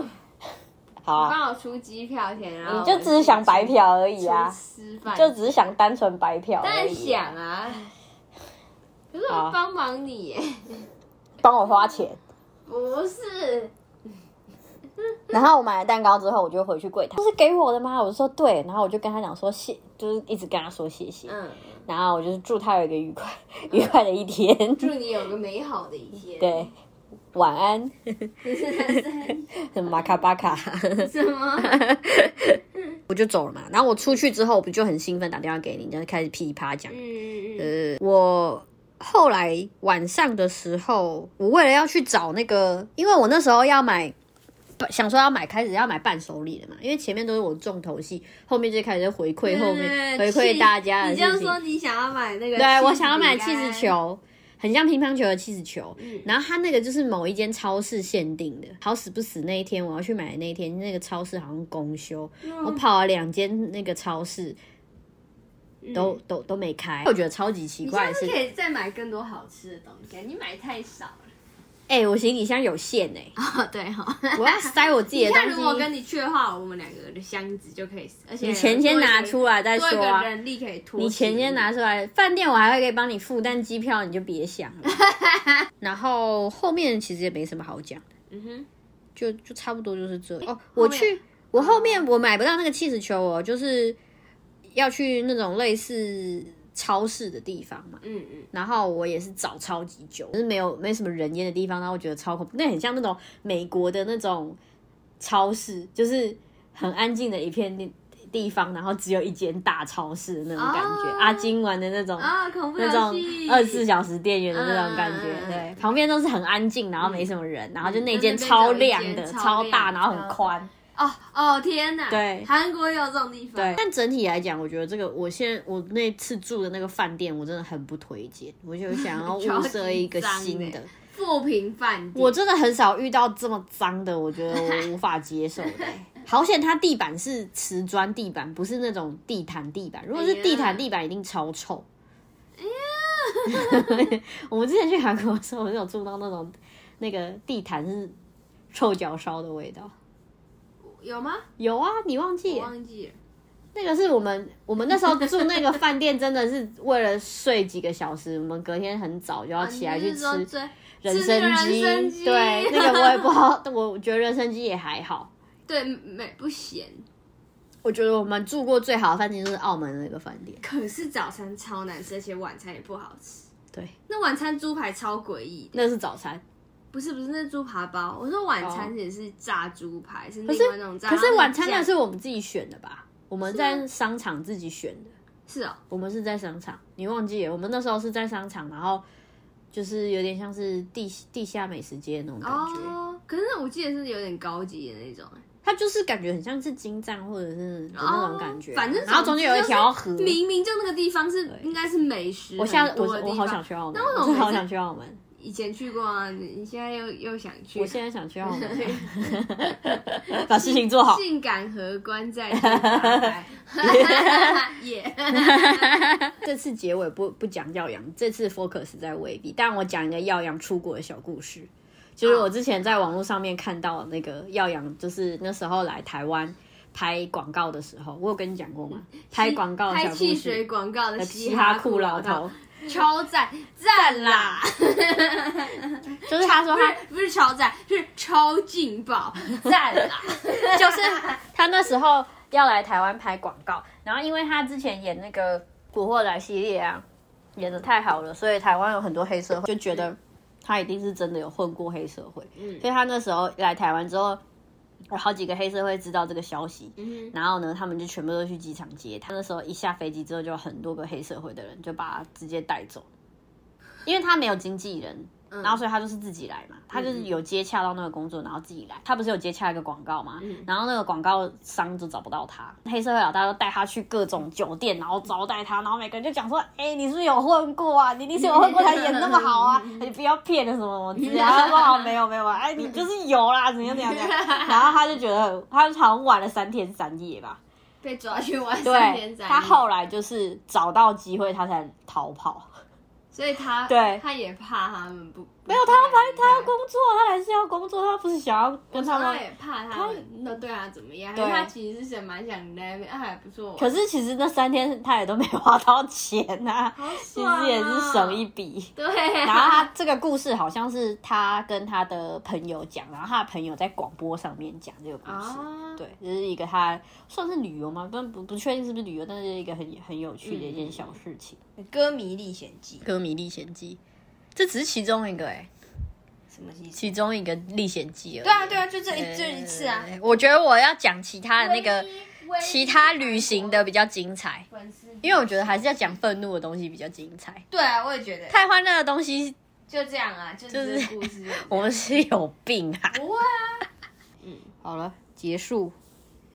S2: 我
S1: 啊，
S2: 刚好出机票钱，然后
S1: 你就只是想白嫖而已啊，
S2: 出吃饭，
S1: 就只是想单纯白嫖
S2: 当
S1: 而
S2: 然
S1: 已啊、
S2: 想啊，可是
S1: 好
S2: 我帮忙你耶，
S1: 帮我花钱。
S2: 不是，
S1: 然后我买了蛋糕之后，我就回去柜台，这是给我的吗？我就说对，然后我就跟他讲说谢，就是一直跟他说谢谢，
S2: 嗯，
S1: 然后我就是祝他有一个愉快愉快的一天，
S2: 祝你有个美好的一天。
S1: 对，晚安，
S2: 对，
S1: 马卡巴卡。
S2: 啊 什么？
S1: 我就走了嘛。然后我出去之后，我不就很兴奋打电话给你，然后开始噼里啪啦讲。
S2: 嗯，
S1: 呃，我后来晚上的时候，我为了要去找那个，因为我那时候要买，想说要买开始要买伴手礼的嘛，因为前面都是我重头戏，后面就开始回馈后面回馈大家的
S2: 你就
S1: 事
S2: 说
S1: 情。
S2: 你想要买那个，
S1: 对，我想要买气质，球。很像乒乓球的气质球，然后它那个就是某一间超市限定的，好死不死那一天我要去买的那一天，那个超市好像公休，我跑了两间那个超市，都、都都没开，嗯我觉得超级奇
S2: 你
S1: 怪
S2: 下
S1: 的
S2: 次
S1: 是
S2: 可，以再买更多好吃的东西，你买太少了。
S1: 哎、我行李箱有限哎、
S2: 哦，对哈。
S1: 我要塞我自己
S2: 你
S1: 的
S2: 看，如
S1: 东
S2: 果
S1: 西。
S2: 跟你去的话，我们两个的箱子就可以，而且
S1: 你钱先拿出来再说啊
S2: 多一个人力可以拖。
S1: 你钱先拿出来，饭店我还会可以帮你付，但机票你就别想 了。然后后面其实也没什么好讲，
S2: 嗯哼，
S1: 就就差不多就是这样。哦，
S2: 后
S1: 我
S2: 面哦
S1: 去，我后面我买不到那个气质球哦，就是要去那种类似超市的地方嘛。
S2: 嗯嗯。
S1: 然后我也是找超级久，就是没有没什么人烟的地方，然后我觉得超恐怖，那很像那种美国的那种超市，就是很安静的一片地地方，然后只有一间大超市的那种感觉，
S2: 哦
S1: 阿金玩的那种。
S2: 啊，恐怖
S1: 那
S2: 游
S1: 种
S2: 戏
S1: 二十四小时店员的那种感觉，
S2: 嗯嗯嗯
S1: 对，旁边都是很安静，然后没什么人，然后就那间
S2: 嗯
S1: 超亮
S2: 那边
S1: 的、
S2: 只有一间
S1: 超大，
S2: 超亮
S1: 然后很宽，
S2: 哦哦天哪！
S1: 对
S2: 韩国也有这种地方。
S1: 对。但整体来讲，我觉得这个我现在我那次住的那个饭店，我真的很不推荐，我就想要
S2: 超
S1: 物
S2: 级
S1: 色一个
S2: 脏
S1: 新
S2: 欸
S1: 的。
S2: 富平饭店。
S1: 我真的很少遇到这么脏的，我觉得我无法接受的。欸好险，它地板是瓷砖地板，不是那种地毯地板。如果是地
S2: 哎
S1: 毯地板，一定超臭。 我们之前去韩国的时候，我就有住到那种那个地毯是臭脚烧的味道。
S2: 有吗？
S1: 有啊，你忘记
S2: 我
S1: 了？
S2: 忘记了。
S1: 那个是我们我们那时候住那个饭店，真的是为了睡几个小时，我们隔天很早就要起来去
S2: 哦就是
S1: 吃
S2: 说最
S1: 人
S2: 吃那个
S1: 参鸡。
S2: 人参鸡
S1: 对，那个我也不好，我觉得人参鸡也还好。
S2: 对美不咸，
S1: 我觉得我们住过最好的饭店就是澳门的那个饭店，
S2: 可 是早餐超难吃，而且晚餐也不好吃。
S1: 对，
S2: 那晚餐猪排超诡异的，
S1: 那是早餐。
S2: 不是不是，那是猪扒包。我说晚餐也是炸猪排，是另
S1: 是
S2: 外那种炸。
S1: 可是晚餐
S2: 那
S1: 那是我们自己选的吧？我们在商场自己选的。
S2: 是哦，
S1: 我们是在商场，你忘记了？我们那时候是在商场，然后就是有点像是地地下美食街那种感觉。
S2: 哦，可是那我记得是有点高级的那种，
S1: 它就是感觉很像是金站或者是的那种感觉，啊
S2: 哦反正
S1: 然后中间有一条河。
S2: 明明就那个地方是应该是美食
S1: 我下
S2: 很
S1: 我
S2: 多的地
S1: 我
S2: 方
S1: 好想去澳门，
S2: 那为什么
S1: 我真的好
S2: 每次
S1: 想去澳门？
S2: 以前去过啊，你你现在又又想去？
S1: 我现在想去澳 门，把事情做好。
S2: 性感荷官在天 台 耶！
S1: 这次结尾不不讲耀阳，这次 focus 在未必，但我讲一个耀阳出国的小故事，就是我之前在网络上面看到那个耀阳，就是那时候来台湾拍广告的时候，我有跟你讲过吗？拍广告的
S2: 拍
S1: 小故
S2: 汽
S1: 事呃
S2: 水，广告的
S1: 嘻哈酷老头，，
S2: 超赞赞啦！
S1: 就是他说
S2: 不
S1: 他
S2: 是不是超赞，是超劲爆赞 啦！
S1: 就是他那时候要来台湾拍广告，然后因为他之前演那个《古惑仔》系列啊，演的太好了，所以台湾有很多黑社会就觉得他一定是真的有混过黑社会，所以他那时候来台湾之后。有好几个黑社会知道这个消息，
S2: 嗯
S1: 然后呢，他们就全部都去机场接他。那时候一下飞机之后，就有很多个黑社会的人就把他直接带走，因为他没有经纪人，
S2: 嗯
S1: 然后所以他就是自己来嘛，他就是有接洽到那个工作，然后自己来。他不是有接洽一个广告
S2: 嗯
S1: 嘛，然后那个广告商就找不到他，黑社会老大就带他去各种酒店，然后招待他，然后每个人就讲说：“哎、你是不是有混过啊？你一定是有混过才演那么好啊！
S2: 嗯
S1: 你不要骗了什么什么之类的。”他说：“哦，没有没有啊，哎，你就是有啦，怎样怎样怎样。”然后他就觉得他好像玩了三天三夜吧，
S2: 被抓去玩三
S1: 对
S2: 天，三夜
S1: 他后来就是找到机会他才逃跑。
S2: 所以他
S1: 对
S2: 他也怕他们不
S1: 没有，他要拍，他要
S2: 公，
S1: 工作，他还是要工作，他不是想要跟他
S2: 他
S1: 们。
S2: 也
S3: 欸
S2: 怕他们都对他怎么样，因为他其实是蛮想来，啊还不错，
S1: 可是其实那三天他也都没花到钱 呐、
S2: 好
S1: 其
S2: 爽啊
S1: 实也是省一笔。
S2: 对啊，
S1: 然后他这个故事好像是他跟他的朋友讲，然后他的朋友在广播上面讲这个故事。
S2: 啊
S1: 对，这、是一个他算是旅游吗？不不不确定是不是旅游，但是一个很很有趣的一件小事情。
S3: 歌迷历险记》
S1: 嗯歌迷历险记，这只是其中一个哎、
S3: 什么意思？
S1: 其中一个历险记而已。
S3: 对啊，对啊，就这
S2: 呃
S3: 一这一次啊。
S1: 我觉得我要讲其他的那个
S2: 唯一唯一
S1: 其他旅行的比较精彩，
S2: 粉丝，因
S1: 因为我觉得还是要讲愤怒的东西比较精彩。
S3: 对啊，我也觉得。
S1: 太欢乐的东西，
S2: 就这样啊，就
S1: 就是
S2: 是故事。
S1: 我们是有病啊！
S2: 不会啊，
S1: 好了，结束。